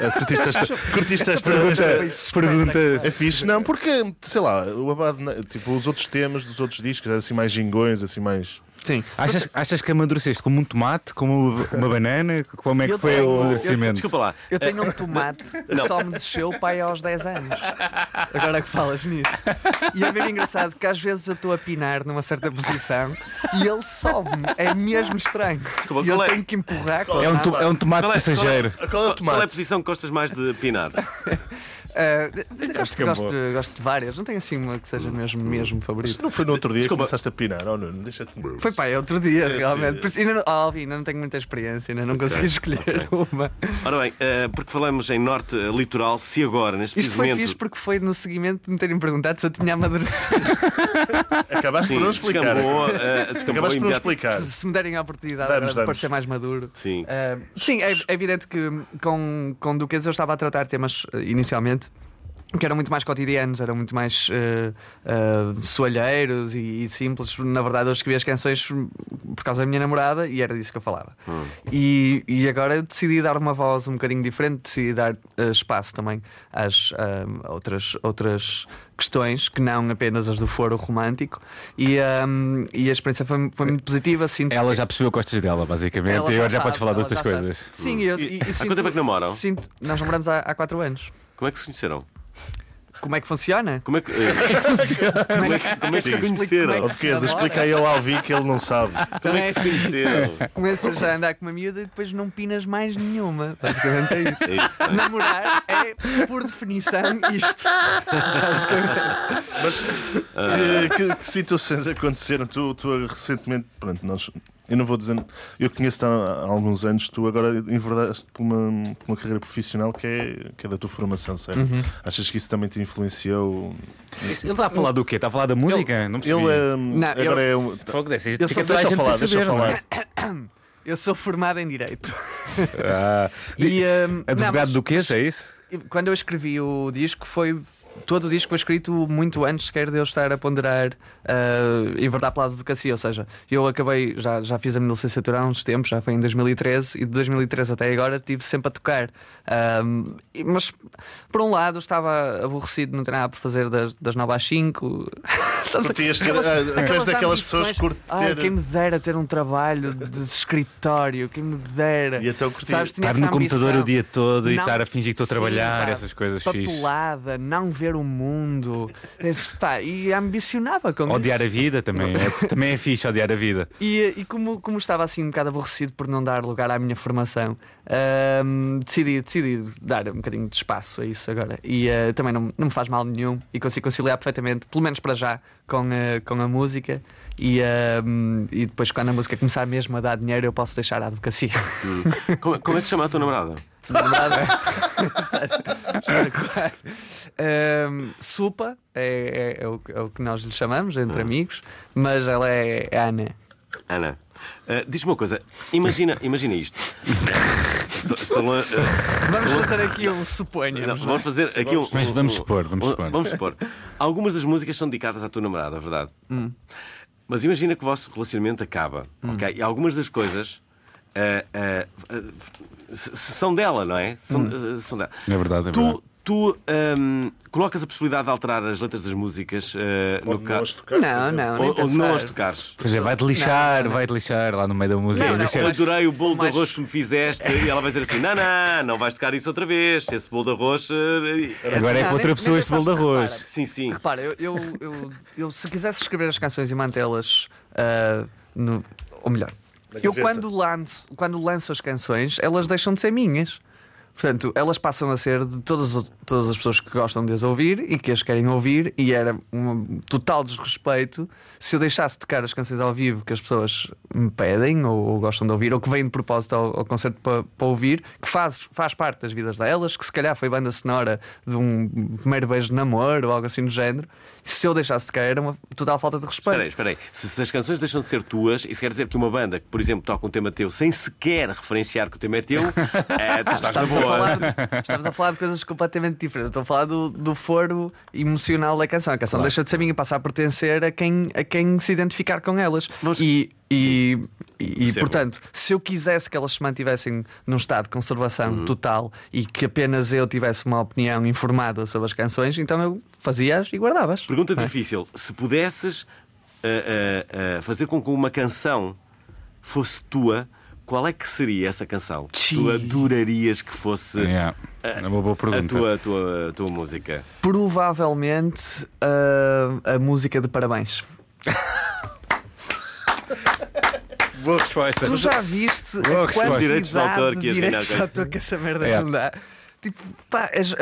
Speaker 3: Ah, Curtiste esta, curtiste esta, esta, É
Speaker 1: Pergunta.
Speaker 3: fixe, não, porque, sei lá, o Abade, né, tipo, os outros temas dos outros discos, assim, mais gingões, assim, mais.
Speaker 4: Sim.
Speaker 1: Achas, achas que amadureceste como um tomate, como uma banana? Como é que
Speaker 4: Eu
Speaker 1: foi
Speaker 4: tenho-
Speaker 1: o
Speaker 4: eu-
Speaker 1: amadurecimento?
Speaker 2: Desculpa lá.
Speaker 4: Eu tenho um tomate que só me desceu pai aos 10 anos. Agora que falas nisso. E é mesmo engraçado que às vezes eu estou a pinar numa certa posição e ele sobe-me. É mesmo estranho.
Speaker 2: Desculpa,
Speaker 4: e eu
Speaker 2: qual é?
Speaker 4: tenho que empurrar com
Speaker 1: é, um
Speaker 4: a
Speaker 1: to-
Speaker 4: mão.
Speaker 1: é um tomate
Speaker 2: Qual é-
Speaker 1: passageiro.
Speaker 3: Qual é o
Speaker 2: Qual é a
Speaker 3: tomate?
Speaker 2: posição que gostas mais de pinar?
Speaker 4: Ah, gosto,
Speaker 1: é
Speaker 4: gosto
Speaker 1: boa.
Speaker 4: de, gosto de várias. Não tenho assim uma que seja mesmo, mesmo favorita.
Speaker 3: Não foi no outro dia
Speaker 2: Desculpa.
Speaker 3: que começaste a pinar, oh Nuno, deixa-te.
Speaker 4: Foi pá, é outro dia, realmente. Por isso, ainda não, oh, Alvin, ainda não tenho muita experiência, ainda não consegui escolher uma.
Speaker 2: Ora bem, eh, porque falamos em norte eh, litoral, se agora, neste
Speaker 4: Isto
Speaker 2: preciso
Speaker 4: foi
Speaker 2: momento,
Speaker 4: fixe porque foi no seguimento de me terem perguntado se eu tinha amadurecido.
Speaker 3: Acabaste
Speaker 2: Sim,
Speaker 3: por não explicar.
Speaker 2: descambou, eh, descambou
Speaker 3: Acabaste por não
Speaker 2: imediato-
Speaker 3: explicar.
Speaker 4: se, se me derem a oportunidade
Speaker 3: Damos,
Speaker 4: agora de
Speaker 3: damos.
Speaker 4: parecer mais maduro.
Speaker 2: Sim.
Speaker 4: Ah, sim, é, é evidente que com, com Duques eu estava a tratar temas eh, inicialmente. Que eram muito mais cotidianos, eram muito mais eh, eh, soalheiros e, e simples. Na verdade, eu escrevi as canções por causa da minha namorada e era disso que eu falava. E, e agora eu decidi dar uma voz um bocadinho diferente, decidi dar eh, espaço também às ah, outras, outras questões que não apenas as do foro romântico. E, ah, e a experiência foi, foi muito positiva. Sinto
Speaker 1: Ela já percebeu costas dela, basicamente,
Speaker 4: ela
Speaker 1: e agora já
Speaker 4: sabe,
Speaker 1: podes falar
Speaker 4: ela
Speaker 1: de outras
Speaker 4: já sabe.
Speaker 1: coisas.
Speaker 4: Sim, e eu, e, e
Speaker 2: Há
Speaker 4: sinto-
Speaker 2: quanto tempo é que namoram?
Speaker 4: Sinto, nós namoramos há, há quatro anos.
Speaker 2: Como é que se conheceram?
Speaker 4: Como é que funciona?
Speaker 2: Como é que. eh,
Speaker 4: Como é que, como é
Speaker 2: Sim.
Speaker 4: que se explica?
Speaker 2: Conheceram.
Speaker 4: Como é
Speaker 3: Ó,
Speaker 4: que se
Speaker 3: Pequeza,
Speaker 4: namora?
Speaker 3: explica aí ao Alvin que ele não sabe.
Speaker 2: Como é que
Speaker 4: assim.
Speaker 2: se conheceram?
Speaker 4: Começas a andar com uma miúda e depois não pinas mais nenhuma. Basicamente é isso.
Speaker 2: É isso, não é?
Speaker 4: Namorar é, por definição, isto.
Speaker 3: Mas eh, que, que situações aconteceram? Tu, tu recentemente, pronto, nós. Eu não vou dizer. Eu conheço-te há, há alguns anos, tu agora enverdaste por uma, por uma carreira profissional que é, que é da tua formação, certo?
Speaker 4: Uhum.
Speaker 3: Achas que isso também te influenciou?
Speaker 1: Ele
Speaker 4: tá
Speaker 1: está a falar do quê? Está a falar da música? não percebi.
Speaker 3: Ele é.
Speaker 4: Não,
Speaker 3: agora é um.
Speaker 1: Fogo desse.
Speaker 4: Eu
Speaker 1: Fica
Speaker 4: sou-
Speaker 1: toda a
Speaker 3: Deixa eu
Speaker 1: gente
Speaker 3: falar,
Speaker 1: sem
Speaker 3: deixa eu
Speaker 1: saber, não é?
Speaker 3: falar.
Speaker 4: Eu sou formado em Direito.
Speaker 1: Ah,
Speaker 4: E,
Speaker 1: di-
Speaker 4: hum, não,
Speaker 1: Advogado
Speaker 4: mas-
Speaker 1: do quê? É isso?
Speaker 4: quando eu escrevi o disco foi todo o disco foi escrito muito antes sequer de eu estar a ponderar ah, em verdade pela advocacia, ou seja, eu acabei já, já fiz a minha licenciatura há uns tempos, já foi em 2013 e de 2013 até agora estive sempre a tocar Ah, e- mas por um lado eu estava aborrecido não ter nada por fazer das, das 9 às 5 Sabes,
Speaker 3: Curtias ter- ah, tu és daquelas pessoas que curte
Speaker 4: Ai,
Speaker 3: ter-
Speaker 4: quem me dera ter um trabalho de escritório quem me dera
Speaker 3: E então até eu curti.
Speaker 4: Sabes, tinha
Speaker 1: Estar no
Speaker 4: essa
Speaker 1: computador
Speaker 4: ambição.
Speaker 1: o dia todo e
Speaker 4: Não-
Speaker 1: estar a fingir que estou a
Speaker 4: Sim,
Speaker 1: trabalhar,
Speaker 4: pá,
Speaker 1: essas coisas fixe.
Speaker 4: Papelada, não ver o mundo. Esse, pá, e ambicionava com
Speaker 1: Odiar
Speaker 4: isso.
Speaker 1: a vida também. É, também é fixe odiar a vida.
Speaker 4: E, e como, como estava assim um bocado aborrecido por não dar lugar à minha formação, ahm, decidi, decidi dar um bocadinho de espaço a isso agora. E ah, também não, não me faz mal nenhum e consigo conciliar perfeitamente, pelo menos para já, com, ah, com a música. E, ahm, e depois, quando a música começar mesmo a dar dinheiro, eu posso deixar a advocacia.
Speaker 1: Hum.
Speaker 2: Como, como é que se chama a tua namorada?
Speaker 4: Na verdade, está claro. Ahm, Ehm, supa é, é- é o, que- é o que nós lhe chamamos entre amigos, mas ela é Ana.
Speaker 2: Ana, ah, diz-me uma coisa. Imagina, imagina isto. Estou- estou a- ah,
Speaker 4: Vamos fazer aqui um suponho.
Speaker 2: não, vamos fazer aqui um.
Speaker 1: Mas
Speaker 2: um-
Speaker 1: vamos
Speaker 2: um-
Speaker 1: supor, vamos
Speaker 2: um-
Speaker 1: supor.
Speaker 2: Vamos supor. Algumas das músicas são dedicadas à tua namorada, é verdade.
Speaker 1: Hum.
Speaker 2: Mas imagina que o vosso relacionamento acaba, ok? E algumas das coisas. ah, ah, ah, s- são dela, não é? São, ah, são dela.
Speaker 1: É verdade, é verdade.
Speaker 2: Tu, tu ahm, colocas a possibilidade de alterar as letras das músicas ah, no
Speaker 3: Pode não as
Speaker 2: caso.
Speaker 3: tocar, por
Speaker 4: Não,
Speaker 3: exemplo.
Speaker 4: não, nem
Speaker 2: Ou, ou não
Speaker 4: pensar.
Speaker 2: as tocares.
Speaker 1: Pois é, vai-te lixar,
Speaker 4: Não, não.
Speaker 1: vai-te lixar lá no meio da música.
Speaker 4: Não, não,
Speaker 1: Lixar.
Speaker 2: Eu adorei o bolo de
Speaker 4: Mas-
Speaker 2: arroz que me fizeste. E ela vai dizer assim: não, não, não vais tocar isso outra vez. Esse bolo de arroz. eh, é-
Speaker 1: Agora é
Speaker 4: Não,
Speaker 1: para outra
Speaker 4: nem-
Speaker 1: pessoa
Speaker 4: nem
Speaker 1: este bolo de
Speaker 4: pensaste,
Speaker 1: arroz.
Speaker 4: repara.
Speaker 2: Sim, sim.
Speaker 4: Repara, eu, eu, eu, eu, se quisesse escrever as canções e mantê-las ah, no. Ou melhor, eu
Speaker 3: gaveta.
Speaker 4: quando lanço, quando lanço as canções, elas deixam de ser minhas. Portanto, elas passam a ser de todas, as- todas as pessoas que gostam de as ouvir e que as querem ouvir, e era um total desrespeito se eu deixasse tocar as canções ao vivo que as pessoas me pedem ou, ou gostam de ouvir, ou que vêm de propósito ao, ao concerto para ouvir, que faz, faz parte das vidas delas, que se calhar foi banda sonora de um primeiro beijo de namoro ou algo assim do género. Se eu deixasse tocar, era uma total falta de respeito.
Speaker 2: Espera aí, espera aí. Se, se as canções deixam de ser tuas, isso quer dizer que uma banda que, por exemplo, toca um tema teu sem sequer referenciar que o tema é teu, é, tu estás na
Speaker 4: Estamos Ah,
Speaker 2: boa.
Speaker 4: a, falar de, estamos a falar de coisas completamente diferentes. Eu Estou a falar do, do foro emocional da canção. A canção deixa de ser minha, passa a pertencer a quem, a quem se identificar com elas.
Speaker 2: Vamos-
Speaker 4: E, e, e,
Speaker 2: Percebo.
Speaker 4: portanto, se eu quisesse que elas se mantivessem num estado de conservação
Speaker 2: Uhum.
Speaker 4: total e que apenas eu tivesse uma opinião informada sobre as canções, então eu fazia-as e guardava-as.
Speaker 2: Pergunta difícil. Se pudesses ah, ah, ah, fazer com que uma canção fosse tua, qual é que seria essa canção? Que Tu
Speaker 4: Sim.
Speaker 2: adorarias que fosse
Speaker 1: Yeah. É uma boa
Speaker 2: a
Speaker 1: pergunta.
Speaker 2: tua, a tua, a tua música?
Speaker 4: Provavelmente ah, a música de parabéns.
Speaker 1: Boa resposta.
Speaker 4: Tu já viste a
Speaker 1: Boa resposta.
Speaker 4: quantidade
Speaker 2: Direitos de autor que ia
Speaker 4: de direitos
Speaker 2: ganhar,
Speaker 4: de autor que essa merda
Speaker 1: É.
Speaker 4: não dá? Tipo, pá, as, a-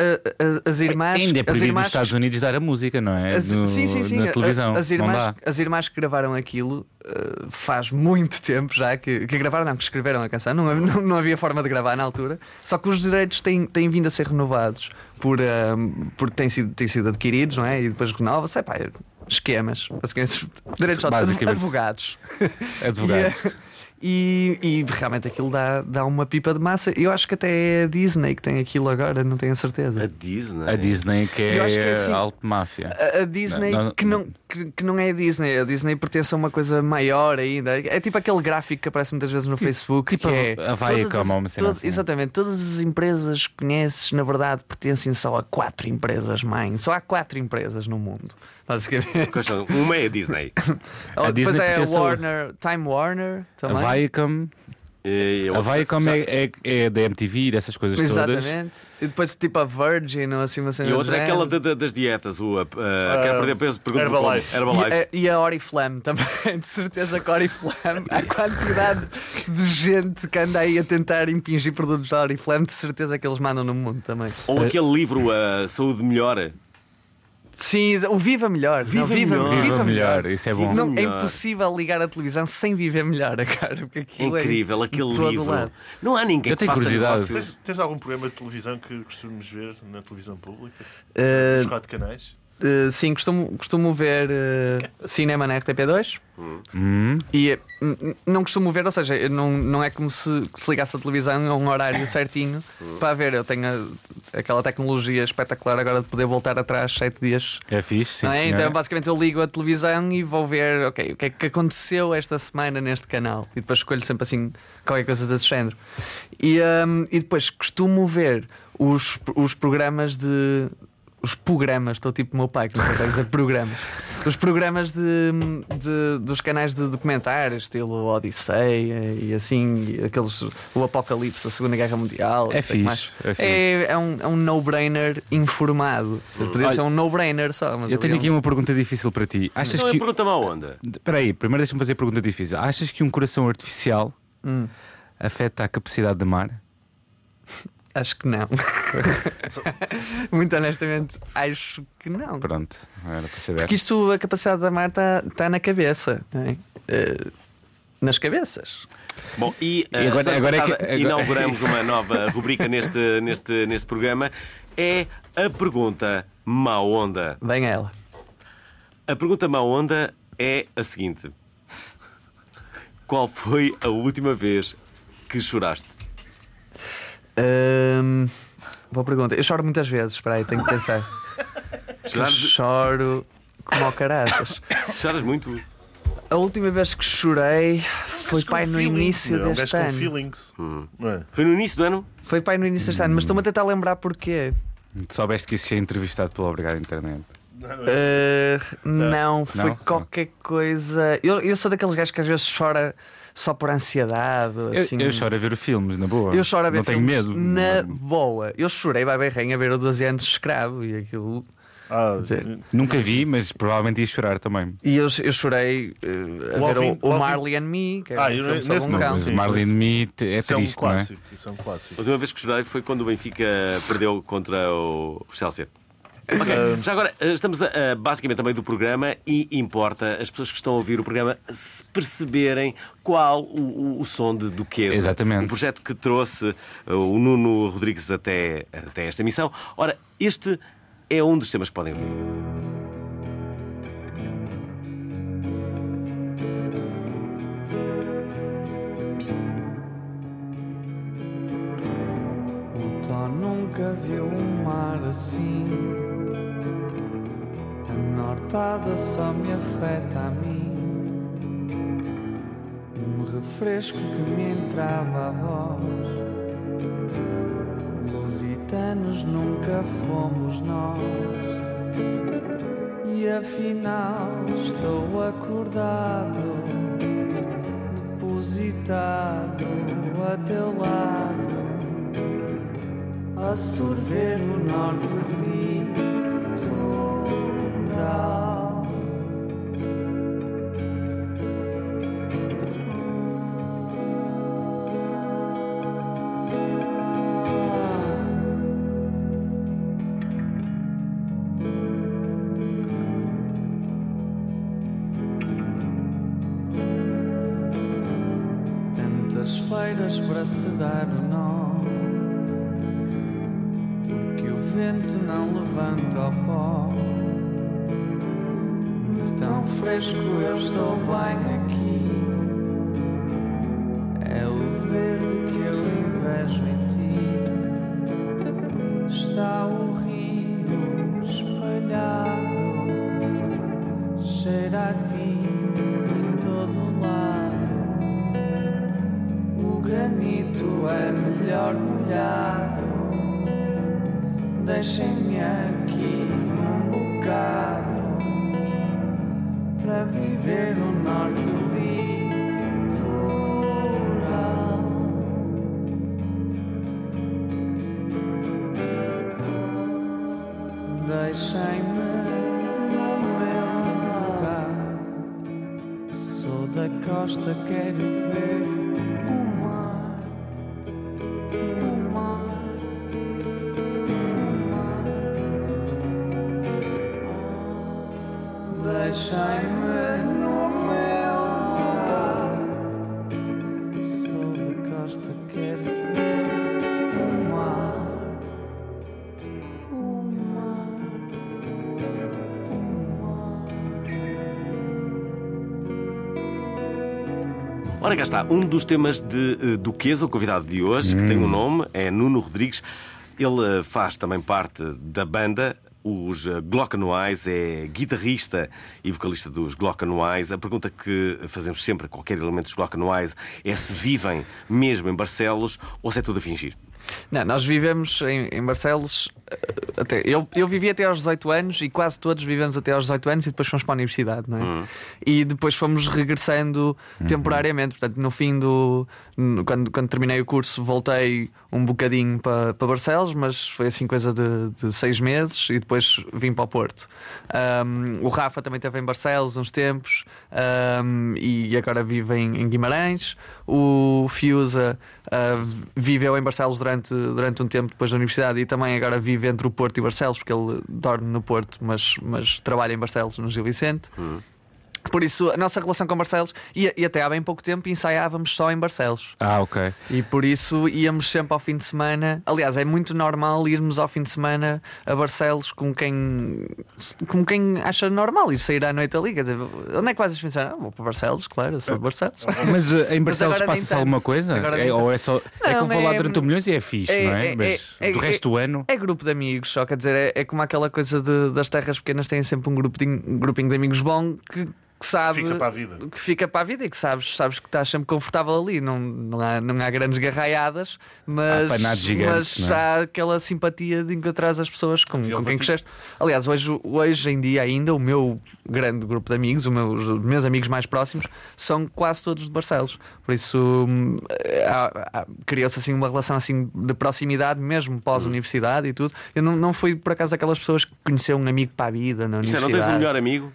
Speaker 4: a- as irmãs.
Speaker 1: Ainda é
Speaker 4: as
Speaker 1: proibido nos
Speaker 4: irmãs
Speaker 1: Estados Unidos dar a música, não é?
Speaker 4: as-
Speaker 1: No-
Speaker 4: sim, sim, sim.
Speaker 1: Na
Speaker 4: a-
Speaker 1: televisão.
Speaker 4: As
Speaker 1: não
Speaker 4: irmãs,
Speaker 1: dá.
Speaker 4: as irmãs que gravaram aquilo eh, faz muito tempo já que, que gravaram, não, que escreveram a canção, não, não, não havia forma de gravar na altura. Só que os direitos têm, têm vindo a ser renovados por, eh, porque têm sido, têm sido adquiridos, não é? E depois renova-se, é pá, esquemas, basicamente, direitos de autor,
Speaker 1: Basicamente.
Speaker 4: advogados.
Speaker 1: Advogados.
Speaker 4: E, e realmente aquilo dá, dá uma pipa de massa. Eu acho que até é a Disney que tem aquilo agora, não tenho a certeza.
Speaker 2: A Disney.
Speaker 1: A Disney que
Speaker 4: Eu acho que é
Speaker 1: é
Speaker 4: assim.
Speaker 1: a alto máfia.
Speaker 4: A, a Disney
Speaker 1: Não, não,
Speaker 4: que, não, que, que não é a Disney, a Disney pertence a uma coisa maior ainda. É tipo aquele gráfico que aparece muitas vezes no Facebook.
Speaker 1: tipo
Speaker 4: que é
Speaker 1: a- a Viacom,
Speaker 4: todas as-
Speaker 1: ou uma cena
Speaker 4: todas-
Speaker 1: assim.
Speaker 4: Exatamente, todas as empresas que conheces, na verdade, pertencem só a quatro empresas mãe. Só há quatro empresas no mundo, basicamente.
Speaker 2: Quais são? Uma é a Disney.
Speaker 4: Ou depois
Speaker 1: Disney
Speaker 4: é a
Speaker 1: pertence a-
Speaker 4: Warner, Time Warner
Speaker 1: A
Speaker 4: também.
Speaker 1: Viacom,
Speaker 2: E Eh, eu-
Speaker 1: a Viacom
Speaker 2: Já-
Speaker 1: é, é, é da MTV e dessas coisas todas.
Speaker 4: Exatamente. E depois tipo a Virgin ou assim uma cena
Speaker 2: E
Speaker 4: do
Speaker 2: outra é
Speaker 4: género.
Speaker 2: aquela da- da- das dietas, o ah, ah, quer perder peso, pergunta
Speaker 3: Herbalife.
Speaker 2: Herbalife.
Speaker 4: E a, e a Oriflame também, de certeza que a Oriflame, a quantidade de gente que anda aí a tentar impingir produtos da Oriflame, de certeza que eles mandam no mundo também.
Speaker 2: Ou
Speaker 1: É.
Speaker 2: aquele livro, a Saúde Melhor.
Speaker 4: Sim, o Viva Melhor. Viva, não, viva,
Speaker 2: Melhor.
Speaker 4: Viva
Speaker 1: Viva
Speaker 4: melhor.
Speaker 1: melhor, isso é bom.
Speaker 4: Não, é
Speaker 2: Melhor.
Speaker 4: impossível ligar a televisão sem viver melhor, cara. Porque
Speaker 2: É
Speaker 4: aquilo
Speaker 2: incrível, aquele
Speaker 4: em todo
Speaker 2: livro.
Speaker 4: lado.
Speaker 2: Não há ninguém
Speaker 1: Eu
Speaker 2: que
Speaker 1: tenho
Speaker 2: faça
Speaker 1: curiosidade.
Speaker 2: negócio.
Speaker 3: Tens, tens algum programa de televisão que costumes ver na televisão pública?
Speaker 4: Eh,
Speaker 3: Os quatro canais?
Speaker 4: eh, sim, costumo, costumo ver eh, cinema na RTP2.
Speaker 1: Hum,
Speaker 4: E eh, n- n- não costumo ver, ou seja, eu não, não é como se, se ligasse a televisão a um horário certinho para ver. Eu tenho a- aquela tecnologia espetacular agora de poder voltar atrás sete dias.
Speaker 1: É fixe, sim.
Speaker 4: não é?
Speaker 1: senhora.
Speaker 4: Então, basicamente, eu ligo a televisão e vou ver ok, o que é que aconteceu esta semana neste canal. E depois escolho sempre assim qualquer coisa desse género. E, hum, e depois costumo ver os, os programas de. Os programas, estou tipo o meu pai que não consegue dizer programas. Os programas de, de- dos canais de documentários, estilo Odisseia e assim, e aqueles. O Apocalipse, a Segunda Guerra Mundial.
Speaker 1: É
Speaker 4: não sei o que mais.
Speaker 1: fixe, é fixe.
Speaker 4: É, é um, é um no-brainer informado. Podia ser um no-brainer só. Mas
Speaker 1: Eu tenho
Speaker 4: ali
Speaker 1: aqui
Speaker 4: é um-
Speaker 1: uma pergunta difícil para ti. Achas
Speaker 3: Então
Speaker 2: Não é
Speaker 1: que.
Speaker 2: pergunta má onda.
Speaker 1: Espera aí, primeiro deixa-me fazer a pergunta difícil. Achas que um coração artificial
Speaker 4: Hum.
Speaker 1: afeta a capacidade de amar?
Speaker 4: Acho que não. Muito honestamente, acho que não.
Speaker 1: Pronto, era para saber.
Speaker 4: Porque isto, a capacidade de amar está tá na cabeça, não é? Eh, nas cabeças.
Speaker 2: Bom, e, eh,
Speaker 1: agora-
Speaker 2: semana
Speaker 1: agora é que-
Speaker 2: passada
Speaker 1: agora-
Speaker 2: inauguramos uma nova rubrica neste, neste, neste programa. É a pergunta má onda.
Speaker 4: Vem a ela.
Speaker 2: A pergunta má onda é a seguinte: Qual foi a última vez que choraste?
Speaker 4: Hum, boa pergunta. Eu choro muitas vezes, espera aí, tenho que pensar. Eu
Speaker 2: Chorar-
Speaker 4: choro como ao caraças.
Speaker 2: choras muito?
Speaker 4: A última vez que chorei foi pai no início
Speaker 3: Não, é um
Speaker 4: deste
Speaker 3: gajo com
Speaker 4: ano.
Speaker 3: feelings. Não é?
Speaker 2: Hum. Foi no início do ano?
Speaker 4: Foi pai no início deste ano, mas estou-me a tentar lembrar porquê.
Speaker 1: Soubeste que isso é entrevistado pelo Obrigado Internet.
Speaker 4: Uh, não, foi
Speaker 1: Não?
Speaker 4: qualquer coisa. Eu, eu sou daqueles gajos que às vezes chora só por ansiedade.
Speaker 1: Eu,
Speaker 4: Assim.
Speaker 1: eu choro a ver filmes, na boa.
Speaker 4: Eu choro a ver
Speaker 1: Não tenho
Speaker 4: filmes
Speaker 1: medo.
Speaker 4: na boa. Eu chorei, vai bem rainha, a ver o 12 anos de escravo e aquilo.
Speaker 3: Ah,
Speaker 4: dizer,
Speaker 1: Nunca vi, mas provavelmente ia chorar também.
Speaker 4: E eu, eu chorei uh, a
Speaker 3: O
Speaker 4: ver
Speaker 3: Alvin-
Speaker 4: o,
Speaker 3: o
Speaker 4: o
Speaker 3: Alvin-
Speaker 4: Marley and Me, que é
Speaker 3: Ah,
Speaker 4: um
Speaker 3: eu-
Speaker 4: filme sobre
Speaker 3: nesse
Speaker 4: um
Speaker 3: não,
Speaker 4: cão.
Speaker 1: Mas
Speaker 3: sim,
Speaker 1: Marlene
Speaker 3: mas-
Speaker 1: Me te- é
Speaker 3: isso é um
Speaker 1: triste, não é?
Speaker 3: clássico. Isso é um
Speaker 2: A
Speaker 3: clássico.
Speaker 2: última vez que chorei foi quando o Benfica perdeu contra o Chelsea. Ok, já agora eh, estamos a- a, basicamente a meio do programa e importa as pessoas que estão a ouvir o programa se perceberem qual o, o- o som de Duquesa.
Speaker 1: Exatamente.
Speaker 2: Um projeto que trouxe eh, o Nuno Rodrigues até, até esta emissão. Ora, este é um dos temas que podem ouvir.
Speaker 4: O Tó nunca viu um mar assim. A nortada só me afeta a mim. Um refresco que me entrava a voz. Lusitanos nunca fomos nós. E afinal estou acordado, depositado a teu lado a sorver o norte litoral. Tantas feiras para se dar o nó que o vento não levanta ao pó. De tão fresco eu estou bem aqui. É o verde que eu invejo em ti. Está o rio espalhado, cheira a ti em todo lado. O granito é melhor molhado. Deixem-me aqui um bocado para viver o norte litoral. Deixem-me no meu lugar. Sou da costa, quero ver o mar, o mar. Deixai-me no meu lugar. Sou de costa, quero ver o mar. O mar.
Speaker 2: Ora, cá está, um dos temas de eh, Duquesa, o convidado de hoje, que tem
Speaker 1: Hum.
Speaker 2: um nome, é Nuno Rodrigues. Ele eh, faz também parte da banda. Os eh, Glockenwise é guitarrista e vocalista dos Glockenwise. A pergunta que fazemos sempre a qualquer elemento dos Glockenwise é se vivem mesmo em Barcelos ou se é tudo a fingir.
Speaker 4: Não, nós vivemos em, em Barcelos. eh, Até, eu, eu vivi até aos 18 anos e quase todos vivemos até aos 18 anos e depois fomos para a universidade, não é? E depois fomos regressando temporariamente. Portanto, no fim do. no- Quando, quando terminei o curso, voltei um bocadinho para, para Barcelos, mas foi assim coisa de, de seis meses e depois vim para o Porto. Ahm, o Rafa também esteve em Barcelos uns tempos ahm, e agora vive em, em Guimarães. O Fiusa ah, viveu em Barcelos durante, durante um tempo depois da universidade e também agora vive entre o Porto e Barcelos, porque ele dorme no Porto, mas, mas trabalha em Barcelos, no Gil Vicente. Por isso, a nossa relação com Barcelos, e, e até há bem pouco tempo ensaiávamos só em Barcelos.
Speaker 1: Ah, ok.
Speaker 4: E por isso íamos sempre ao fim de semana. Aliás, é muito normal irmos ao fim de semana a Barcelos com quem, com quem acha normal ir sair à noite ali. Quer dizer, onde é que vais este fim de semana? Ah, vou para Barcelos, claro, eu sou de Barcelos.
Speaker 3: É.
Speaker 1: Mas eh, em Barcelos
Speaker 4: agora nem
Speaker 1: passa-se
Speaker 4: tanto.
Speaker 1: alguma coisa?
Speaker 4: Agora nem
Speaker 1: É, ou
Speaker 4: tanto.
Speaker 1: é só. é que eu
Speaker 4: Não,
Speaker 1: vou lá
Speaker 4: é-
Speaker 1: durante o milhões e é fixe,
Speaker 4: é-
Speaker 1: não é?
Speaker 4: é-
Speaker 1: Mas
Speaker 4: é-
Speaker 1: do
Speaker 4: é-
Speaker 1: resto do ano.
Speaker 4: É grupo de amigos, só quer dizer, é, é como aquela coisa de- das terras pequenas têm sempre um grupinho, um grupinho de amigos bom que, que sabe.
Speaker 3: Fica para a vida.
Speaker 4: Que fica para a vida e que sabes, sabes que estás sempre confortável ali. Não, não, há, não há grandes garraiadas, mas,
Speaker 1: panados gigantes,
Speaker 4: mas
Speaker 1: não é?
Speaker 4: há aquela simpatia de encontrar as pessoas com, com
Speaker 3: vou
Speaker 4: quem
Speaker 2: tipo
Speaker 3: te-
Speaker 4: cresceste. Aliás, hoje, hoje em dia ainda, o meu grande grupo de amigos, o meu- os meus amigos mais próximos, são quase todos de Barcelos. Por isso hum, há- há- criou-se assim uma relação assim de proximidade, mesmo pós-universidade e tudo. Eu não, não fui por acaso daquelas pessoas que conheceu um amigo para a vida na
Speaker 2: Isto é, não
Speaker 4: universidade.
Speaker 2: tens um melhor amigo?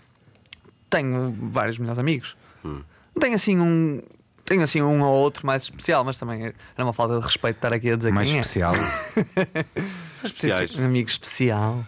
Speaker 4: Tenho vários melhores amigos.
Speaker 3: Hum.
Speaker 4: Não tenho assim um. Tenho assim um ou outro mais especial, mas também era uma falta de respeito estar aqui a dizer
Speaker 1: Mais
Speaker 4: quem é.
Speaker 1: especial.
Speaker 2: São especiais.
Speaker 4: Um amigo especial.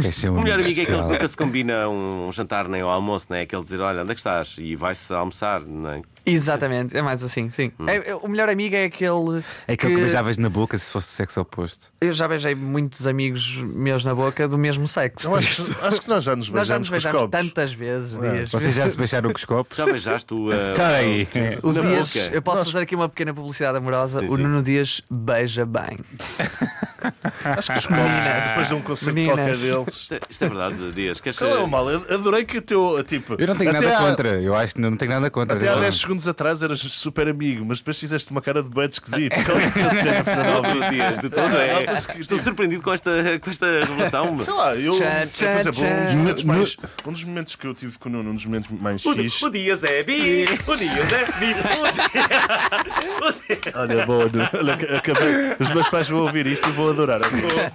Speaker 1: Quer ser um
Speaker 2: O melhor amigo é aquele que
Speaker 1: especial.
Speaker 2: nunca se combina um jantar nem um almoço, não é? Aquele dizer, olha, onde é que estás? E vai-se almoçar, não é?
Speaker 4: Exatamente, é mais assim, sim.
Speaker 3: Hum.
Speaker 4: É- é- o melhor amigo é aquele.
Speaker 1: É aquele que beijavas na boca se fosse o sexo oposto.
Speaker 4: Eu já beijei muitos amigos meus na boca do mesmo sexo.
Speaker 3: Eu
Speaker 4: por
Speaker 3: acho,
Speaker 4: isso-
Speaker 3: acho que nós já nos beijamos.
Speaker 4: Nós já nos
Speaker 3: com os
Speaker 4: beijamos
Speaker 3: copos.
Speaker 4: tantas vezes, Dias.
Speaker 1: Vocês já se beijaram com os copos?
Speaker 2: Já beijaste o. eh,
Speaker 1: Cara aí.
Speaker 4: O
Speaker 2: Na
Speaker 4: Dias,
Speaker 2: boca.
Speaker 4: eu posso fazer aqui uma pequena publicidade amorosa.
Speaker 2: Sim,
Speaker 4: O
Speaker 2: sim.
Speaker 4: Nuno Dias beija bem.
Speaker 3: Acho que os copos, depois de um concerto
Speaker 4: Meninas.
Speaker 3: qualquer deles.
Speaker 2: Isto é- Isto é verdade, Dias. Queres
Speaker 3: Qual é o mal? Eu Adorei que o teu. Tipo,
Speaker 1: Eu não tenho
Speaker 3: até
Speaker 1: nada
Speaker 3: há-
Speaker 1: contra. Eu acho que não tenho nada contra.
Speaker 3: Até há
Speaker 1: Não.
Speaker 3: 10 segundos atrás eras super amigo, mas depois fizeste uma cara de bem esquisito. Qual é a tua cena,
Speaker 2: De
Speaker 3: Fernando Alvim?
Speaker 2: todo, Dias, de todo. é.
Speaker 3: Nota-se que-
Speaker 2: Estou surpreendido com esta, com esta revelação.
Speaker 3: Sei lá, eu.
Speaker 4: Tchá,
Speaker 3: eu,
Speaker 4: tchá,
Speaker 3: por exemplo,
Speaker 4: tchá.
Speaker 3: um dos, momentos mais, um dos momentos que eu tive com o Nuno, um dos momentos mais
Speaker 2: O, Di-
Speaker 3: fixe.
Speaker 2: o Dias é bi, o Dias é bi, o Dias,
Speaker 3: Olha, boa, Nuno. Olha, ac- acabei- Os meus pais vão ouvir isto e vão adorar. amigo.
Speaker 2: o Dias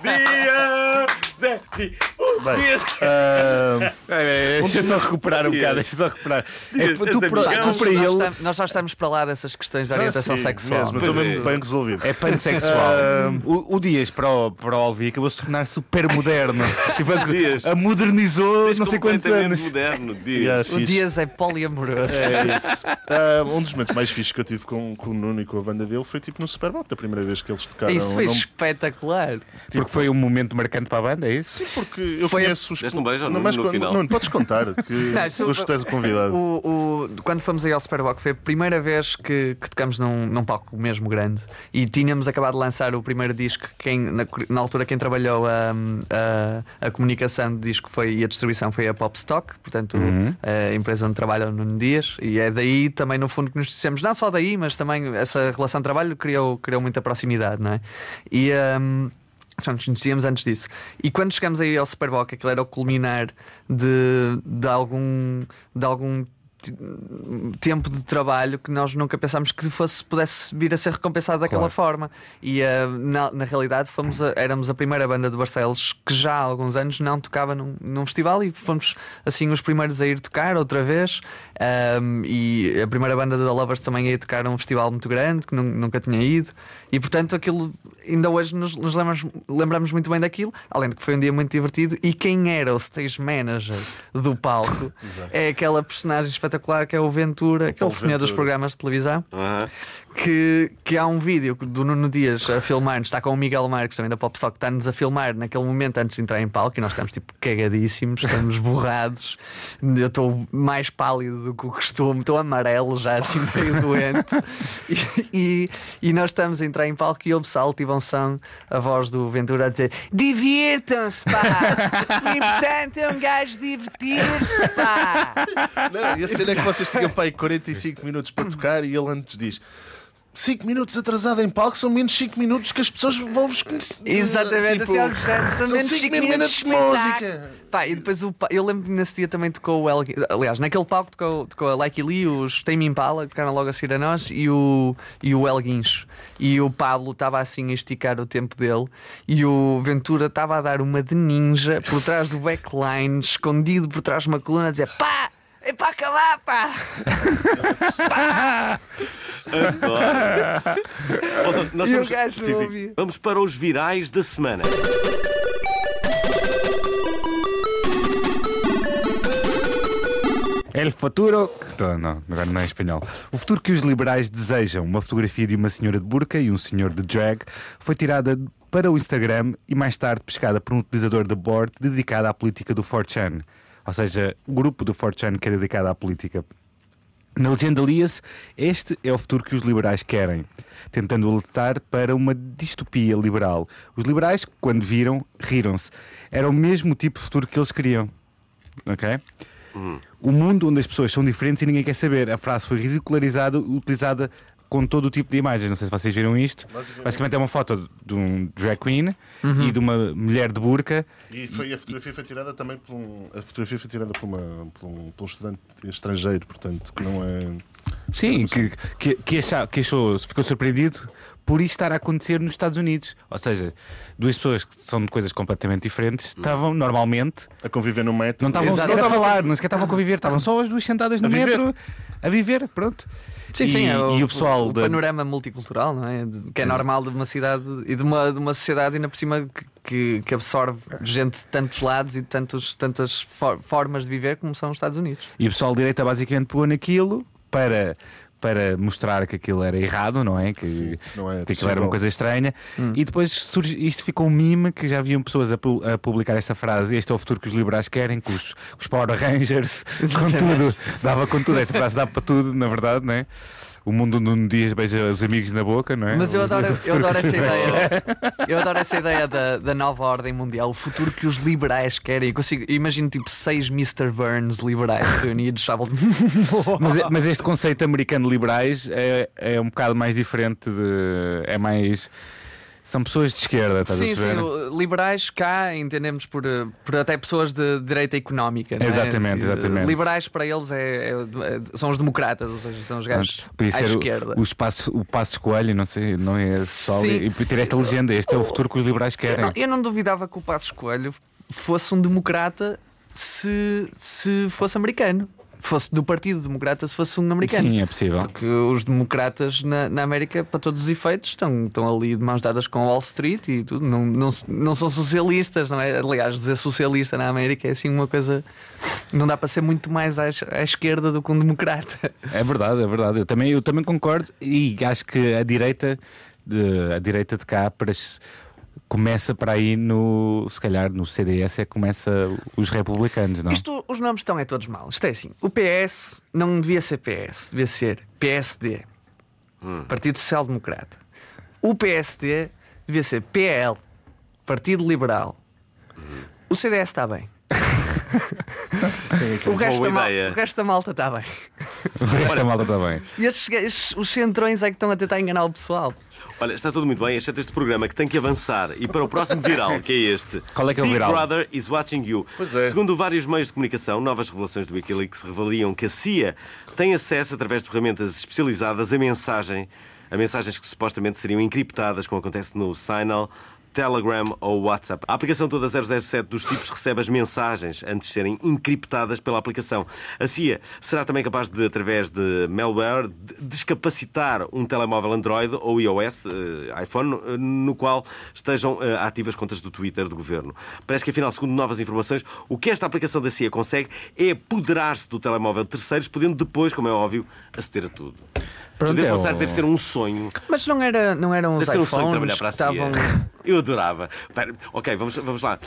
Speaker 2: é bi, o
Speaker 3: Bem,
Speaker 2: Dias é
Speaker 3: ah,
Speaker 1: É, é, Deixa eu só recuperar um
Speaker 2: Dias.
Speaker 1: bocado, deixa eu só recuperar. É,
Speaker 2: Dias,
Speaker 1: tu,
Speaker 2: és
Speaker 1: pro-
Speaker 2: amigão.
Speaker 1: tu
Speaker 4: Nós,
Speaker 1: para
Speaker 4: nós
Speaker 1: ele
Speaker 4: tam- nós já estamos para lá dessas questões de orientação
Speaker 3: um ah, sim,
Speaker 4: sexual.
Speaker 3: mesmo, Estou
Speaker 2: Pois
Speaker 3: mesmo
Speaker 2: é.
Speaker 3: bem resolvido.
Speaker 1: é pansexual. o, o Dias para o, para o Alvi acabou de se tornar super moderno. Tipo, a-
Speaker 2: Dias.
Speaker 1: a modernizou
Speaker 2: bi.
Speaker 1: não sei quantos
Speaker 2: Completamente
Speaker 1: anos.
Speaker 2: moderno,
Speaker 3: Yeah,
Speaker 2: Dias.
Speaker 4: O
Speaker 3: fixe.
Speaker 4: Dias é poliamoroso.
Speaker 3: É isso. Ah, um dos momentos mais fixes que eu tive com, com o Nuno e com a banda dele foi tipo no Super Bowl, a primeira vez que eles tocaram.
Speaker 4: Isso foi
Speaker 3: Não-
Speaker 4: espetacular.
Speaker 1: Porque foi um momento marcante para a banda, é isso?
Speaker 3: Sim, porque eu
Speaker 4: Foi a-
Speaker 3: conheço os.
Speaker 2: Deste um beijo ao
Speaker 3: Não,
Speaker 2: Nuno
Speaker 3: mas
Speaker 2: no
Speaker 3: con-
Speaker 2: final.
Speaker 3: Nuno, podes contar que
Speaker 4: Não, isso-
Speaker 3: hoje tu és o convidado.
Speaker 4: O- o- quando fomos aí ao Superbock foi a primeira vez que, que tocamos num, num palco mesmo grande e tínhamos acabado de lançar o primeiro disco. Quem, na, na altura, quem trabalhou a, a, a comunicação do disco foi, e a distribuição foi a Popstock, portanto,
Speaker 3: Uhum.
Speaker 4: a empresa onde trabalha o Nuno Dias. E é daí também, no fundo, que nos dissemos, não só daí, mas também essa relação de trabalho criou, criou muita proximidade, não é? E. hum, já nos conhecíamos antes disso. E quando chegamos aí ao Superbock, aquilo era o culminar de, de algum, de algum ti- tempo de trabalho que nós nunca pensámos que fosse, pudesse vir a ser recompensado daquela forma. E ah, na, na realidade fomos a- éramos a primeira banda de Barcelos que já há alguns anos não tocava num, num festival e fomos assim os primeiros a ir tocar outra vez. Ahm, e a primeira banda da Lovers também ia tocar a um festival muito grande que nun- nunca tinha ido. E portanto aquilo ainda hoje nos, nos lembramos, lembramos muito bem daquilo, além de que foi um dia muito divertido. E quem era o stage manager do palco é aquela personagem espetacular que é o Ventura, aquele senhor dos
Speaker 3: Ventura.
Speaker 4: programas de televisão
Speaker 2: Aham.
Speaker 4: que, que há um vídeo do Nuno Dias a filmar, está com o Miguel Marques também da Popstock, que está-nos a filmar naquele momento antes de entrar em palco e nós estamos tipo cagadíssimos, estamos borrados, eu estou mais pálido do que o costume, estou amarelo já assim meio doente e, e, e nós estamos a entrar em palco e houve salto e vão são a voz do Ventura a dizer divirtam-se pá, o importante é um gajo divertir-se pá.
Speaker 3: Não, e a cena é que vocês tinham para aí 45 minutos para tocar e ele antes diz 5 minutos atrasado em palco são menos 5 minutos que as pessoas vão vos conhecer.
Speaker 4: Exatamente,
Speaker 3: Tipo,
Speaker 4: assim, olha, portanto, são menos
Speaker 3: cinco
Speaker 4: 5
Speaker 3: mil
Speaker 4: minutos de
Speaker 3: minutos de
Speaker 4: música. Pá, e depois o, pa- eu lembro-me nesse dia também tocou o Elgin. Aliás, naquele palco tocou, tocou a Like Lee, os Tame Impala, que tocaram logo a seguir a nós, e o, e o El Guincho. E o Pablo estava assim a esticar o tempo dele, e o Ventura estava a dar uma de ninja por trás do backline, escondido por trás de uma coluna, a dizer pá! É para acabar, pá!
Speaker 2: Agora. Ouça, nós
Speaker 4: E o
Speaker 2: vamos-
Speaker 4: gajo não
Speaker 2: sim, sim.
Speaker 4: ouvia.
Speaker 2: Vamos para os virais da semana.
Speaker 1: El futuro. Tô, Não, agora não é espanhol. O futuro que os liberais desejam, uma fotografia de uma senhora de burca e um senhor de drag, foi tirada para o Instagram e mais tarde pescada por um utilizador de board dedicado à política do 4chan. Ou seja, o grupo do 4chan que é dedicado à política. Na legenda lia-se: Este é o futuro que os liberais querem, tentando alertar para uma distopia liberal. Os liberais, quando viram, riram-se. Era o mesmo tipo de futuro que eles queriam. Ok? O mundo onde as pessoas são diferentes e ninguém quer saber. A frase foi ridicularizada, utilizada com todo o tipo de imagens. Não sei se vocês viram isto. Basicamente é uma foto de um drag queen e de uma mulher de burca.
Speaker 3: E foi, a fotografia foi tirada também por um. A fotografia foi tirada por, uma, por, um, por um estudante estrangeiro, portanto, que não é.
Speaker 1: Sim, que, que, que, acha- que achou, ficou surpreendido por isto estar a acontecer nos Estados Unidos. Ou seja, duas pessoas que são de coisas completamente diferentes estavam normalmente,
Speaker 3: A conviver no metro.
Speaker 1: não estavam sequer
Speaker 4: Hum. Exato.
Speaker 1: a falar, não sequer estavam a conviver, estavam só as duas sentadas no
Speaker 3: A viver.
Speaker 1: metro a viver, pronto.
Speaker 4: Sim,
Speaker 1: e,
Speaker 4: sim, é
Speaker 1: e o pessoal
Speaker 4: o
Speaker 1: da-
Speaker 4: panorama multicultural, não é? De- Que é normal de uma cidade e de uma, de uma sociedade ainda por cima que- que, que absorve gente de tantos lados e de tantos, tantas for- formas de viver como são os Estados Unidos.
Speaker 1: E o pessoal de direita basicamente pegou naquilo para, para mostrar que aquilo era errado, não é? Que,
Speaker 3: não é
Speaker 1: que aquilo era uma
Speaker 3: possível.
Speaker 1: coisa estranha.
Speaker 4: Hum.
Speaker 1: E depois surge, isto ficou um meme que já haviam pessoas a, pu- a publicar esta frase: Este é o futuro que os liberais querem, com os, com os Power Rangers, com
Speaker 4: Exatamente.
Speaker 1: tudo. Dava com tudo, esta frase dá para tudo, na verdade, não é? O mundo onde um dia beija os amigos na boca, não é?
Speaker 4: Mas eu
Speaker 1: O-
Speaker 4: adoro,
Speaker 1: o
Speaker 4: eu
Speaker 1: futuro
Speaker 4: adoro
Speaker 1: que os
Speaker 4: essa
Speaker 1: liberais querem.
Speaker 4: ideia. Eu adoro essa ideia da, da nova ordem mundial, o futuro que os liberais querem. Eu consigo, eu imagino tipo seis Mr. Burns liberais reunidos, sabe?
Speaker 1: Mas, é- mas este conceito americano de liberais é, é um bocado mais diferente de. É mais. São pessoas de esquerda, estás
Speaker 4: Sim,
Speaker 1: a
Speaker 4: sim,
Speaker 1: perceber?
Speaker 4: o- eh, liberais cá entendemos por, eh, por até pessoas de direita económica. não é?
Speaker 1: Exatamente,
Speaker 4: Sim,
Speaker 1: exatamente.
Speaker 4: Liberais para eles é- é- é- são os democratas, ou seja, são os gajos
Speaker 1: Portanto, Podia
Speaker 4: à
Speaker 1: ser o-
Speaker 4: esquerda.
Speaker 1: O, espaço, o passo coelho, não sei, não é só.
Speaker 4: Sim.
Speaker 1: E ter esta legenda, este é o futuro que os liberais
Speaker 4: Eu
Speaker 1: querem.
Speaker 4: não, eu não duvidava que o Passos Coelho fosse um democrata se, se fosse americano. Fosse do Partido Democrata se fosse um americano.
Speaker 1: Sim, é possível.
Speaker 4: Porque os democratas na, na América, para todos os efeitos, estão, estão ali de mãos dadas com Wall Street e tudo. Não, não, se- não são socialistas, não é? Aliás, dizer socialista na América é assim uma coisa. Não dá para ser muito mais à, es- à esquerda do que um democrata.
Speaker 1: É verdade, é verdade. Eu também, eu também concordo e acho que a direita de, a direita de cá parece- começa para aí no. Se calhar no CDS é que começa os republicanos, não?
Speaker 4: Isto, os nomes estão é todos mal. Isto é assim: o PS não devia ser PS, devia ser PSD,
Speaker 2: Hum.
Speaker 4: Partido Social Democrata. O PSD devia ser PL, Partido Liberal.
Speaker 2: Hum.
Speaker 4: O CDS está bem. o, resto
Speaker 2: Boa
Speaker 4: da mal-
Speaker 2: ideia.
Speaker 4: o resto da malta está bem.
Speaker 1: O resto da malta também.
Speaker 4: E estes, ga- estes- os centrões é que estão a tentar enganar o pessoal.
Speaker 2: Olha, está tudo muito bem, exceto este programa que tem que avançar e para o próximo viral, que é este.
Speaker 1: Qual é que é o
Speaker 2: Big
Speaker 1: viral?
Speaker 2: Brother is watching you.
Speaker 3: Pois é.
Speaker 2: Segundo vários meios de comunicação, novas revelações do Wikileaks revelam que a CIA tem acesso através de ferramentas especializadas a mensagem, a mensagens que supostamente seriam encriptadas, como acontece no Signal. Telegram ou WhatsApp. A aplicação toda 007 dos tipos recebe as mensagens antes de serem encriptadas pela aplicação. A CIA será também capaz de, através de malware, de- descapacitar um telemóvel Android ou iOS, eh, iPhone, eh, no qual estejam eh, ativas contas do Twitter do governo. Parece que, afinal, segundo novas informações, o que esta aplicação da CIA consegue é apoderar-se do telemóvel de terceiros, podendo depois, como é óbvio, aceder a tudo.
Speaker 1: Pronto,
Speaker 2: Devo
Speaker 1: é
Speaker 2: pensar
Speaker 1: o-
Speaker 2: que deve ser um sonho.
Speaker 4: Mas não, era, não eram os
Speaker 2: Deve ser um sonho
Speaker 4: iPhones
Speaker 2: trabalhar
Speaker 4: que
Speaker 2: para a CIA.
Speaker 4: estavam.
Speaker 2: Eu adorava. Espera, ok, vamos, vamos lá.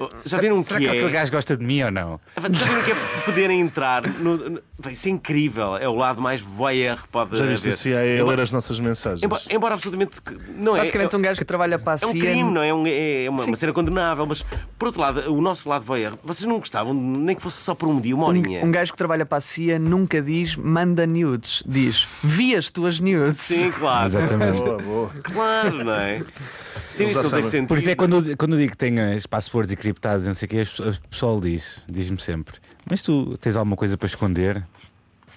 Speaker 2: Oh, Já viram o que
Speaker 1: Será que
Speaker 2: é?
Speaker 1: aquele gajo gosta de mim ou não?
Speaker 2: Já viram o que é poderem entrar? No... no- Bem, Isso é incrível. É o lado mais voyeur que pode
Speaker 3: Já
Speaker 2: haver.
Speaker 3: viste a CIA a ler "Ah, as nossas mensagens.
Speaker 2: Embora, embora absolutamente. que- Não é,
Speaker 4: Basicamente, um gajo que trabalha para a
Speaker 2: é um
Speaker 4: CIA.
Speaker 2: crime, não é? É um- é uma,
Speaker 4: Sim.
Speaker 2: uma cena condenável. Mas, por outro lado, o nosso lado voyeur, vocês não gostavam, nem que fosse só por um dia, uma horinha.
Speaker 4: Um, um gajo que trabalha para a CIA nunca diz manda nudes, diz vi as tuas nudes.
Speaker 2: Sim,
Speaker 4: Ah.
Speaker 2: claro.
Speaker 3: é
Speaker 1: Exatamente.
Speaker 3: Boa, boa.
Speaker 2: Claro, não é? Sim,
Speaker 3: Eles
Speaker 2: isso
Speaker 3: já
Speaker 2: não tem
Speaker 3: sabem.
Speaker 2: sentido.
Speaker 1: Por isso é que quando, quando eu digo que tenho passwords encriptados e não sei o que, o pessoal diz, diz-me sempre: Mas tu tens alguma coisa para esconder?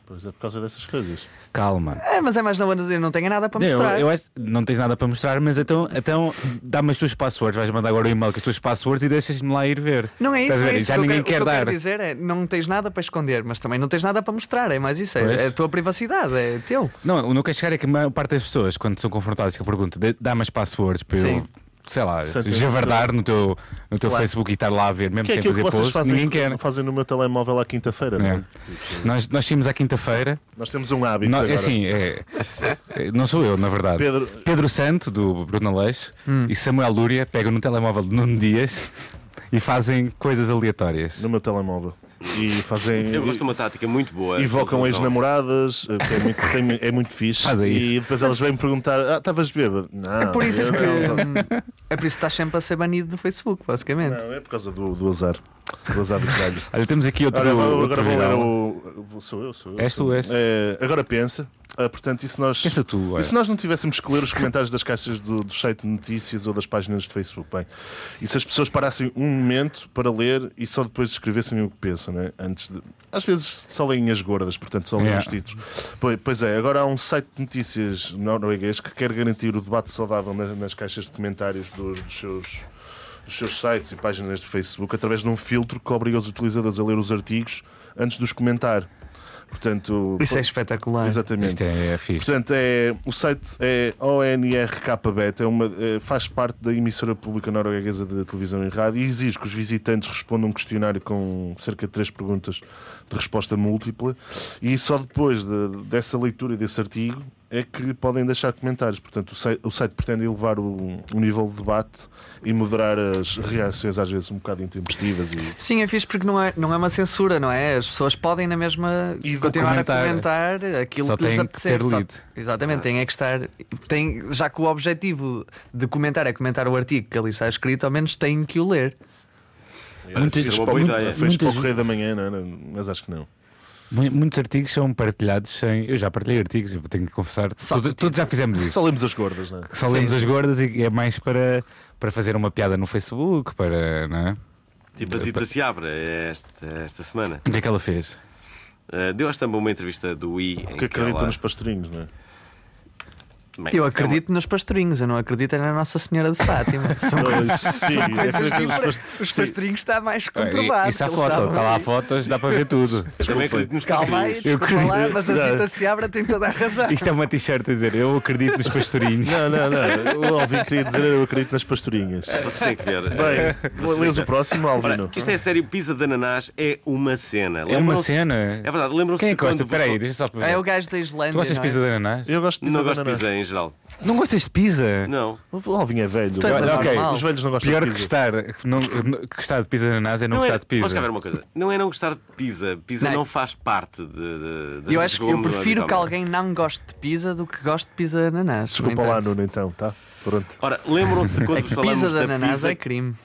Speaker 3: Pois é, por causa dessas coisas.
Speaker 1: Calma.
Speaker 4: É, mas é mais na banda dizer, não tenho nada para
Speaker 1: Não,
Speaker 4: mostrar.
Speaker 1: eu acho- não tens nada para mostrar, mas então, então dá-me as tuas passwords. Vais mandar agora o e-mail com as tuas passwords e deixas-me lá ir ver.
Speaker 4: Não é
Speaker 1: Estás a
Speaker 4: isso, não
Speaker 1: ver?
Speaker 4: é isso
Speaker 1: Já
Speaker 4: que eu
Speaker 1: ninguém
Speaker 4: quero- o que
Speaker 1: quer
Speaker 4: eu
Speaker 1: dar.
Speaker 4: quero dizer é não tens nada para esconder, mas também não tens nada para mostrar, é mais isso,
Speaker 1: Pois.
Speaker 4: é, é a tua privacidade, é teu.
Speaker 1: Não, o que eu quero chegar é que a maior parte das pessoas, quando são confrontadas com a pergunta, "Dê- dá-me as passwords para
Speaker 4: Sim.
Speaker 1: eu sei lá,
Speaker 3: Certo.
Speaker 1: javardar no teu, no teu
Speaker 4: Claro.
Speaker 1: Facebook e estar lá a ver, mesmo
Speaker 3: que é
Speaker 1: sem
Speaker 3: aquilo que
Speaker 1: fazer
Speaker 3: vocês
Speaker 1: post,
Speaker 3: fazem,
Speaker 1: ninguém quer.
Speaker 3: fazem no meu telemóvel à quinta-feira, não
Speaker 1: É.
Speaker 3: é?
Speaker 1: Nós, nós saímos à quinta-feira.
Speaker 3: Nós temos um hábito.
Speaker 1: Nó- é
Speaker 3: agora.
Speaker 1: assim, é- é, não sou eu, na verdade.
Speaker 3: Pedro-
Speaker 1: Santo, do Bruno Leix, e Samuel Lúria pegam no telemóvel de Nuno Dias e fazem coisas aleatórias.
Speaker 3: No meu telemóvel. E fazem.
Speaker 2: Eu gosto de uma tática muito boa.
Speaker 3: Invocam
Speaker 2: Eles não-
Speaker 3: ex-namoradas, que é muito, tem- é muito fixe.
Speaker 1: Faz aí
Speaker 3: E depois elas vêm perguntar: Ah, estavas bêbado? Não.
Speaker 4: É
Speaker 1: Ah,
Speaker 4: por isso
Speaker 3: eu
Speaker 4: que.
Speaker 3: não.
Speaker 4: É por isso que estás sempre a ser banido do Facebook, basicamente.
Speaker 3: Não, é por causa do, do azar. Do azar do caralho.
Speaker 1: Olha, temos aqui outro.
Speaker 3: Olha, agora,
Speaker 1: outro
Speaker 3: agora vou ler
Speaker 1: viral.
Speaker 3: o. vou- Sou eu, sou eu.
Speaker 1: És tu,
Speaker 3: sou eu.
Speaker 1: és.
Speaker 3: É, agora pensa. Ah, portanto, e se nós.
Speaker 1: Pensa tu,
Speaker 3: E
Speaker 1: olha.
Speaker 3: se nós não tivéssemos que ler os comentários das caixas do, do site de notícias ou das páginas de Facebook? Bem, e se as pessoas parassem um momento para ler e só depois escrevessem o que pensam, né? Antes de. Às vezes só leem as gordas, portanto só leem
Speaker 1: Yeah.
Speaker 3: os títulos. Pois, pois é, agora há um site de notícias norueguês que quer garantir o debate saudável nas, nas caixas de comentários do- dos seus dos seus sites e páginas de Facebook através de um filtro que obriga os utilizadores a ler os artigos antes de os comentar. Portanto,
Speaker 4: Isso é espetacular.
Speaker 3: exatamente.
Speaker 1: Isto é, é fixe.
Speaker 3: Portanto, é, o site é ONRKBET, é uma, é, faz parte da emissora pública norueguesa de televisão e rádio e exige que os visitantes respondam um questionário com cerca de três perguntas de resposta múltipla e só depois de- dessa leitura e desse artigo é que podem deixar comentários. Portanto, o site, o site pretende elevar o, o nível de debate e moderar as reações às vezes um bocado intempestivas e
Speaker 4: Sim, é fixe porque não é, não é uma censura, não é? As pessoas podem na mesma
Speaker 3: E
Speaker 4: continuar a
Speaker 1: documentar.
Speaker 4: comentar aquilo
Speaker 1: Só
Speaker 4: que lhes
Speaker 1: têm que ter
Speaker 4: apetecer. Só-
Speaker 1: lido.
Speaker 4: exatamente, tem é que estar. Tem, já que o objetivo de comentar é comentar o artigo que ali está escrito, ao menos têm que o ler.
Speaker 1: Muitas-
Speaker 2: Isso é uma boa
Speaker 1: muito-
Speaker 2: ideia.
Speaker 3: Foi isto para o
Speaker 1: muitas-
Speaker 3: Correio da Manhã, não, era? mas acho que não.
Speaker 1: mu- Muitos artigos são partilhados sem. Eu já partilhei artigos, eu tenho que confessar.
Speaker 4: Só
Speaker 1: Todos-
Speaker 4: que-
Speaker 1: todos já fizemos isso.
Speaker 3: Só lemos as gordas, não é?
Speaker 1: que só lemos as gordas e é mais para, para fazer uma piada no Facebook, para. Não é?
Speaker 2: Tipo a Zita Seabra, esta, esta semana.
Speaker 1: O que é que ela fez?
Speaker 2: Eh, deu às também uma entrevista do I. em
Speaker 3: Que acreditam
Speaker 2: ela-
Speaker 3: nos pastorinhos, não é?
Speaker 2: Bem,
Speaker 4: Eu
Speaker 2: é
Speaker 4: acredito nos pastorinhos, eu não acredito é na Nossa Senhora de Fátima. São coisas.
Speaker 3: Sim,
Speaker 4: São coisas
Speaker 3: acreditam nos
Speaker 4: diferentes.
Speaker 3: pastorinhos.
Speaker 4: Os
Speaker 3: Sim.
Speaker 4: pastorinhos está mais
Speaker 1: Ah,
Speaker 4: comprovado.
Speaker 1: e- Isso há
Speaker 4: que eles
Speaker 1: foto,
Speaker 4: estavam
Speaker 1: está lá
Speaker 4: ali.
Speaker 1: fotos, dá para ver tudo.
Speaker 2: uma- Também acredito nos
Speaker 4: Calma
Speaker 2: pastorinhos.
Speaker 4: aí, desculpa lá, mas a
Speaker 3: Não.
Speaker 4: Zita Seabra tem toda a razão.
Speaker 1: Isto é uma t-shirt a dizer, eu acredito nos pastorinhos.
Speaker 3: Não, não, não. O Alvin queria dizer eu acredito nas pastorinhas.
Speaker 2: Vocês têm que ver. Eh,
Speaker 3: Bem,
Speaker 2: vocês
Speaker 3: lemos
Speaker 2: têm que
Speaker 3: o
Speaker 2: ver.
Speaker 3: próximo,
Speaker 2: Ora,
Speaker 3: Alvino.
Speaker 2: isto é sério, pizza de ananás é uma cena.
Speaker 1: é uma
Speaker 2: Lembram-se-
Speaker 1: cena.
Speaker 2: É verdade, lembram-se
Speaker 1: Quem é
Speaker 2: de
Speaker 1: que gosta?
Speaker 2: quando vos-
Speaker 1: Espera aí, deixa só para
Speaker 4: É o gajo da Islândia.
Speaker 1: Tu gostas de
Speaker 4: não é?
Speaker 1: pizza de ananás?
Speaker 3: Eu gosto de pizza.
Speaker 2: Não gosto de
Speaker 3: banana.
Speaker 2: pizza em geral.
Speaker 1: Não gostas de pizza?
Speaker 2: Não.
Speaker 3: O Alvin é velho.
Speaker 4: és
Speaker 3: Olha,
Speaker 1: anormal.
Speaker 3: ok, Os velhos não gostam
Speaker 1: Pior
Speaker 3: de
Speaker 1: que
Speaker 3: pizza.
Speaker 1: gostar, não, não- gostar de pizza de ananás é não,
Speaker 2: é,
Speaker 1: gostar de
Speaker 2: Vamos
Speaker 1: pizza.
Speaker 2: cá ver uma coisa. Não é não gostar de pizza. Pizza
Speaker 4: Não.
Speaker 2: não, faz parte de. de das
Speaker 4: Eu
Speaker 2: coisas
Speaker 4: acho que eu
Speaker 2: como
Speaker 4: prefiro que
Speaker 2: habitualmente.
Speaker 4: alguém não goste de pizza do que goste de pizza de ananás.
Speaker 3: Desculpa
Speaker 4: no
Speaker 3: lá,
Speaker 4: entanto.
Speaker 3: Nuno, então, tá? Pronto.
Speaker 2: Ora, lembram-se de quando vos falamos
Speaker 4: Pizza de
Speaker 2: da
Speaker 4: ananás
Speaker 2: pizza
Speaker 4: é crime.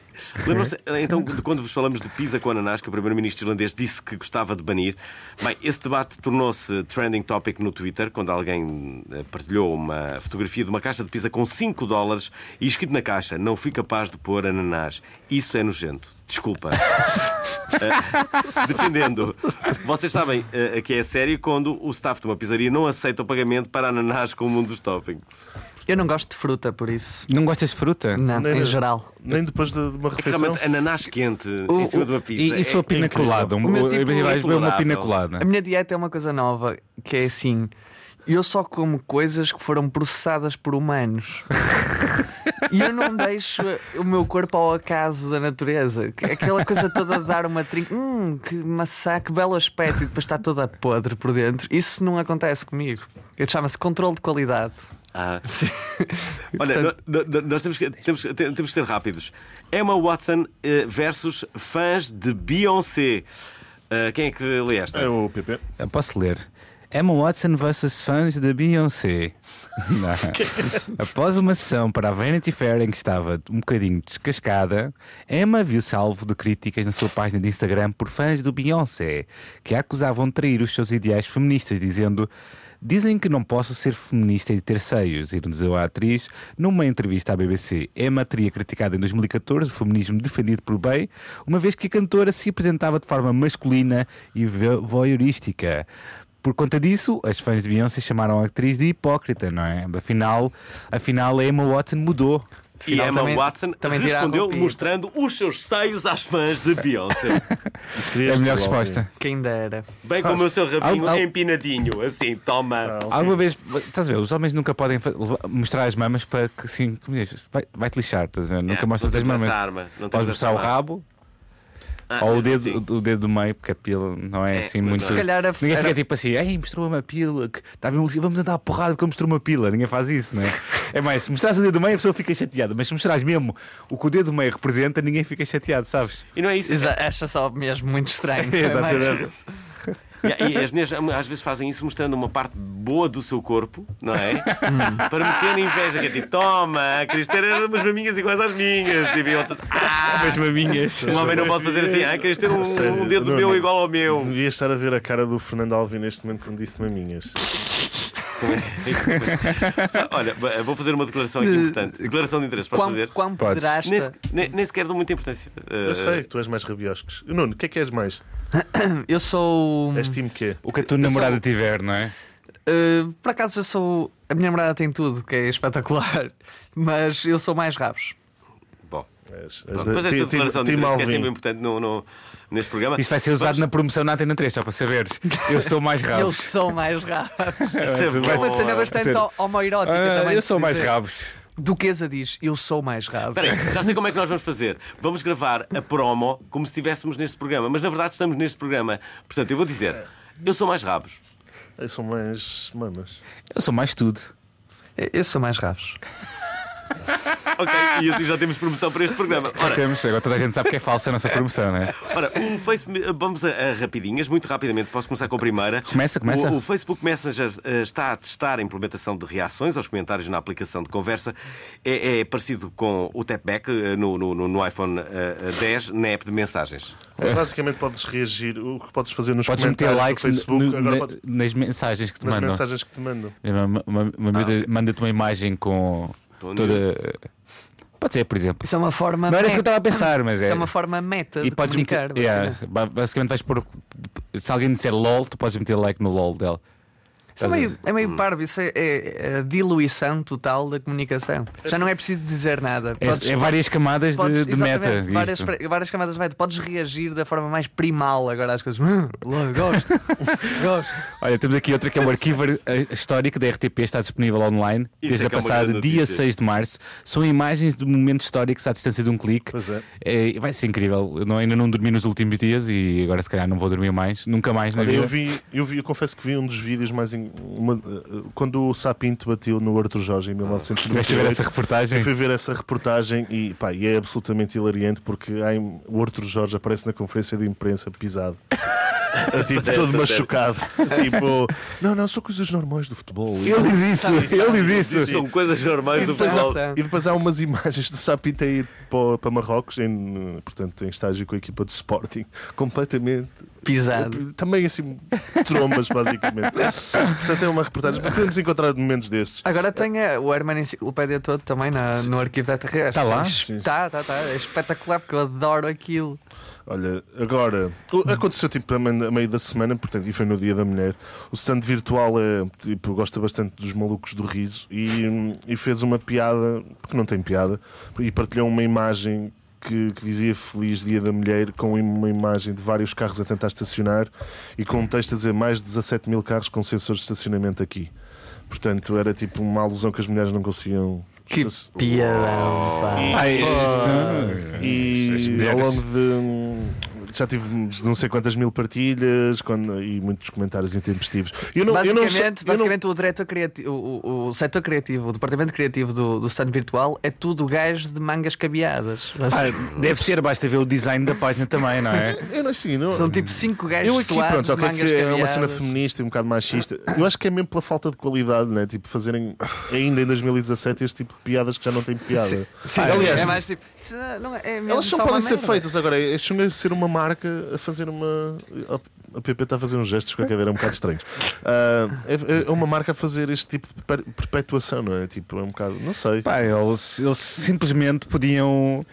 Speaker 2: Lembram-se eh, então de quando vos falamos de pizza com ananás, que o primeiro-ministro irlandês disse que gostava de banir? Bem, esse debate tornou-se trending topic no Twitter, quando alguém eh, partilhou uma fotografia de uma caixa de pizza com 5 dólares e escrito na caixa: Não fui capaz de pôr ananás. Isso é nojento. Desculpa. Eh, Defendendo. Vocês sabem eh, que é sério quando o staff de uma pizzaria não aceita o pagamento para ananás como um dos toppings.
Speaker 4: Eu não gosto de fruta, por isso.
Speaker 1: Não gostas de fruta?
Speaker 4: Não,
Speaker 3: Nem-
Speaker 4: em geral.
Speaker 3: Nem depois de de uma
Speaker 2: É que
Speaker 3: refeição.
Speaker 2: realmente ananás quente
Speaker 4: O-
Speaker 2: em cima
Speaker 4: o-
Speaker 2: de uma pizza.
Speaker 1: E, e sua
Speaker 2: é-
Speaker 1: pina colada? Um,
Speaker 4: O meu tipo
Speaker 1: imagina, vais beber uma
Speaker 2: intolerável.
Speaker 1: pina colada.
Speaker 4: A minha dieta é uma coisa nova, que é assim. Eu só como coisas que foram processadas por humanos. E eu não deixo o meu corpo ao acaso da natureza. Que- Aquela coisa toda de dar uma trinca. Hum, que maçã, que belo aspecto. E depois está toda podre por dentro. Isso não acontece comigo. Isso Chama-se controle de qualidade.
Speaker 2: Ah.
Speaker 4: Sim.
Speaker 2: Olha, no- no- no- nós temos que, temos, que- temos que ser rápidos. Emma Watson eh, versus fãs de Beyoncé. Eh, quem é que lê esta?
Speaker 3: É o PP.
Speaker 1: Eu posso ler. Emma Watson versus fãs de Beyoncé. Não. Após uma sessão para a Vanity Fair em que estava um bocadinho descascada, Emma viu salvo de críticas na sua página de Instagram por fãs do Beyoncé, que a acusavam de trair os seus ideais feministas, dizendo Dizem que não posso ser feminista e ter seios, ironizou a atriz numa entrevista à BBC. Emma teria criticado em 2014 o feminismo defendido por Bey, uma vez que a cantora se apresentava de forma masculina e vo- voyeurística. Por conta disso, as fãs de Beyoncé chamaram a atriz de hipócrita, não é? Afinal, afinal a Emma Watson mudou.
Speaker 2: E
Speaker 4: Afinal,
Speaker 2: Emma
Speaker 4: também-
Speaker 2: Watson
Speaker 4: também tira a
Speaker 2: respondeu
Speaker 4: roupinha.
Speaker 2: mostrando os seus seios às fãs de Beyoncé.
Speaker 1: É a
Speaker 3: Querias
Speaker 1: melhor
Speaker 3: tu,
Speaker 1: resposta.
Speaker 4: Quem dera.
Speaker 2: Bem como o seu rabinho
Speaker 1: Al- al-
Speaker 2: empinadinho, assim, toma.
Speaker 3: Alguém.
Speaker 1: Alguma vez, estás a ver, os homens nunca podem fa- leva- mostrar as mamas para que, assim, como dizes, vai- vai-te lixar, estás a ver? Nunca
Speaker 2: É,
Speaker 1: mostras
Speaker 2: não
Speaker 1: as
Speaker 2: temos essa
Speaker 1: mamas.
Speaker 2: arma, não
Speaker 1: Podes
Speaker 2: temos
Speaker 1: mostrar
Speaker 2: essa
Speaker 1: o
Speaker 2: arma.
Speaker 1: rabo
Speaker 2: Ah,
Speaker 1: ou o dedo,
Speaker 2: sim.
Speaker 1: o dedo do meio, porque a pila não é,
Speaker 2: É,
Speaker 1: assim
Speaker 2: mas
Speaker 1: muito.
Speaker 2: não é.
Speaker 4: Se calhar a-
Speaker 1: Ninguém
Speaker 4: era-
Speaker 1: fica tipo assim, ei, mostrou-me a pila, que está bem lixo, vamos andar a porrada porque ele mostrou uma pila. Ninguém faz isso, não é? É mais, se mostrares o dedo do meio, a pessoa fica chateada, mas se mostrares mesmo o que o dedo do meio representa, ninguém fica chateado, sabes?
Speaker 2: E não é isso.
Speaker 4: Exa- Acha só mesmo muito estranho. é?
Speaker 1: Exatamente.
Speaker 2: E, e as mulheres hum, às vezes fazem isso mostrando uma parte boa do seu corpo, não é? Para meter inveja, que é tipo, toma, queres ter umas maminhas iguais às minhas. E outras,
Speaker 1: As
Speaker 2: ah,
Speaker 1: maminhas.
Speaker 2: um homem não pode fazer assim, ah, querias ter um,
Speaker 3: Sério,
Speaker 2: um dedo
Speaker 3: Bruno,
Speaker 2: meu igual ao meu.
Speaker 3: Devias estar a ver a cara do Fernando Alvim neste momento quando disse maminhas. é
Speaker 2: Só- Olha, b- vou fazer uma declaração aqui importante. Declaração de interesse, posso
Speaker 4: Quão,
Speaker 2: fazer?
Speaker 4: quão
Speaker 1: Podes.
Speaker 4: pederasta.
Speaker 2: Nem, se- nem- nem sequer dou muita importância.
Speaker 3: Eu
Speaker 2: Eh,
Speaker 3: sei que tu és mais rabioscos. Nuno, o que é que és mais?
Speaker 4: Eu sou.
Speaker 1: Hum.
Speaker 3: És time quê?
Speaker 1: O que a tua namorada tiver, não é?
Speaker 4: Uh, por acaso eu sou. A minha namorada tem tudo, que é espetacular. Mas eu sou mais rabos.
Speaker 2: Bom,
Speaker 3: És, és
Speaker 2: depois esta
Speaker 3: da- eh, ti-
Speaker 2: declaração de interesse,
Speaker 3: time
Speaker 2: que é
Speaker 3: Alvim.
Speaker 2: sempre importante no, no- neste programa.
Speaker 1: Isso vai ser usado
Speaker 2: Vamos-
Speaker 1: na promoção na Antena 3, só para saberes. Eu sou mais rabo.
Speaker 4: Eles são mais rabos.
Speaker 2: Isso é
Speaker 1: Vai-
Speaker 4: É uma
Speaker 2: bom.
Speaker 4: cena bastante
Speaker 1: Sério.
Speaker 4: ho- homoerótica
Speaker 1: Ah,
Speaker 4: também.
Speaker 1: eu
Speaker 4: de se
Speaker 1: sou mais
Speaker 4: dizer.
Speaker 1: rabos.
Speaker 4: Duquesa diz: Eu sou mais rabo.
Speaker 2: Espera aí, já sei como é que nós vamos fazer. Vamos gravar a promo como se estivéssemos neste programa, mas na verdade estamos neste programa. Portanto, eu vou dizer, eu sou mais rabos.
Speaker 3: Eu sou mais mamas.
Speaker 1: Eu sou mais tudo.
Speaker 4: Eu sou mais rabos.
Speaker 2: Ok, e assim já temos promoção para este programa. Ora,
Speaker 1: Temos, agora toda a gente sabe que é falsa a nossa promoção, não é?
Speaker 2: Ora, o Facebook, vamos a, a rapidinhas, muito rapidamente, posso começar com a primeira.
Speaker 1: Começa, começa.
Speaker 2: O, o Facebook Messenger eh, está a testar a implementação de reações aos comentários na aplicação de conversa. É, é parecido com o tapback eh, no, no- no- no iPhone eh, 10 na app de mensagens.
Speaker 3: Basicamente podes reagir, o que podes fazer nos
Speaker 1: É. Podes meter
Speaker 3: comentários
Speaker 1: likes
Speaker 3: do Facebook,
Speaker 1: no-
Speaker 3: agora
Speaker 1: na-
Speaker 3: podes,
Speaker 1: nas mensagens que te
Speaker 3: nas
Speaker 1: mandam.
Speaker 3: mensagens que te mandam.
Speaker 1: É Uma, uma, uma miúda manda-te uma imagem com
Speaker 2: Tô
Speaker 1: toda. Pode ser, por exemplo.
Speaker 4: Isso é uma forma.
Speaker 1: Não era
Speaker 4: meta.
Speaker 1: isso que eu estava a pensar, mas é.
Speaker 4: Isso é uma forma meta
Speaker 1: e
Speaker 4: de
Speaker 1: podes
Speaker 4: comunicar.
Speaker 1: meter. yeah,
Speaker 4: basicamente.
Speaker 1: ba- basicamente vais pôr. Se alguém disser LOL, tu podes meter like no LOL dela.
Speaker 4: Isso é meio, é
Speaker 1: hum.
Speaker 4: meio parvo, isso é, é a diluição total da comunicação. Já não é preciso dizer nada.
Speaker 1: É, é várias camadas de-
Speaker 4: podes-
Speaker 1: de, meta.
Speaker 4: exatamente, várias,
Speaker 1: isto.
Speaker 4: pre- várias camadas de meta. Podes reagir da forma mais primal agora às coisas. Hum, lá, gosto, gosto.
Speaker 1: Olha, temos aqui outra que é o arquivo eh, histórico da RTP, está disponível online
Speaker 2: Isso
Speaker 1: desde
Speaker 2: é
Speaker 1: a
Speaker 2: que é uma
Speaker 1: passada
Speaker 2: grande
Speaker 1: dia
Speaker 2: notícia.
Speaker 1: 6 de março. São imagens de momentos históricos à distância de um clique.
Speaker 3: Pois é.
Speaker 1: Eh, vai ser incrível. Eu não- ainda não dormi nos últimos dias e agora se calhar não vou dormir mais, nunca mais na
Speaker 3: Olha,
Speaker 1: vida.
Speaker 3: eu vi, eu vi, eu confesso que vi um dos vídeos mais. em- uma- eh, quando o Sapinto bateu no Arthur Jorge em
Speaker 1: Tiveste a ver essa
Speaker 3: 1998. Eu
Speaker 1: reportagem?
Speaker 3: fui ver essa reportagem e, pá, e é absolutamente hilariante porque há im- o Arthur Jorge aparece na conferência de imprensa pisado. É, tipo, todo machucado. tipo, não, não, são coisas normais do futebol.
Speaker 1: Ele diz isso, ele diz
Speaker 2: Isso
Speaker 1: isso.
Speaker 2: são coisas normais do pessoal.
Speaker 4: Exato.
Speaker 3: E depois há umas imagens do Sapita a ir para, para Marrocos, em, portanto, em estágio com a equipa do Sporting, completamente.
Speaker 4: Pisado.
Speaker 3: Também assim, trombas, basicamente. Portanto, é uma reportagem. Mas Podemos encontrar momentos destes.
Speaker 4: Agora tem eh, o Herman Enciclopédia todo também na- no arquivo da TRS.
Speaker 1: Tá lá?
Speaker 4: Está, está, está. É espetacular porque eu adoro aquilo.
Speaker 3: Olha, agora, o- aconteceu tipo a man- a meio da semana, portanto, e foi no Dia da Mulher. O stand virtual é, tipo, gosta bastante dos malucos do riso e, hum, e fez uma piada, porque não tem piada, e partilhou uma imagem que, que dizia Feliz Dia da Mulher com uma imagem de vários carros a tentar estacionar e com um texto a dizer mais de 17 mil carros com sensores de estacionamento aqui. Portanto, era tipo uma alusão que as mulheres não conseguiam.
Speaker 4: Que
Speaker 3: estaci-
Speaker 4: piadão, pá.
Speaker 1: Ai, isto- as
Speaker 3: e ao
Speaker 1: mulheres.
Speaker 3: longo de. hum, Já tive não sei quantas mil partilhas quando- e muitos comentários intempestivos. Eu não, eu não
Speaker 4: basicamente,
Speaker 3: sou- eu não-
Speaker 4: basicamente o, diretor criativo, o, o- o setor criativo, o departamento criativo do, do stand virtual é tudo gajo de mangas cabeadas.
Speaker 3: é.
Speaker 1: Ah, deve ser, basta ver o design da página também, não é?
Speaker 3: eu não sei, não-
Speaker 4: São tipo cinco gajos
Speaker 3: Eu aqui,
Speaker 4: suados
Speaker 3: pronto,
Speaker 4: de
Speaker 3: ok,
Speaker 4: mangas
Speaker 3: que é
Speaker 4: cabeadas.
Speaker 3: uma cena feminista e um bocado machista. Eu acho que é mesmo pela falta de qualidade, né? Tipo, fazerem ainda em 2017 este tipo de piadas que já não têm piada.
Speaker 4: Sim, sim,
Speaker 3: Ah,
Speaker 4: sim,
Speaker 3: aliás,
Speaker 4: é mais tipo. se não é mesmo
Speaker 3: Elas só
Speaker 4: só uma
Speaker 3: podem ser
Speaker 4: merda.
Speaker 3: feitas agora. É chunga ser uma marca a fazer uma. A PP está a fazer uns gestos com a cadeira um bocado estranhos. Ah, é, é uma marca a fazer este tipo de per- perpetuação, não é? Tipo, é um bocado. Não sei.
Speaker 1: Pá, eles, eles simplesmente podiam.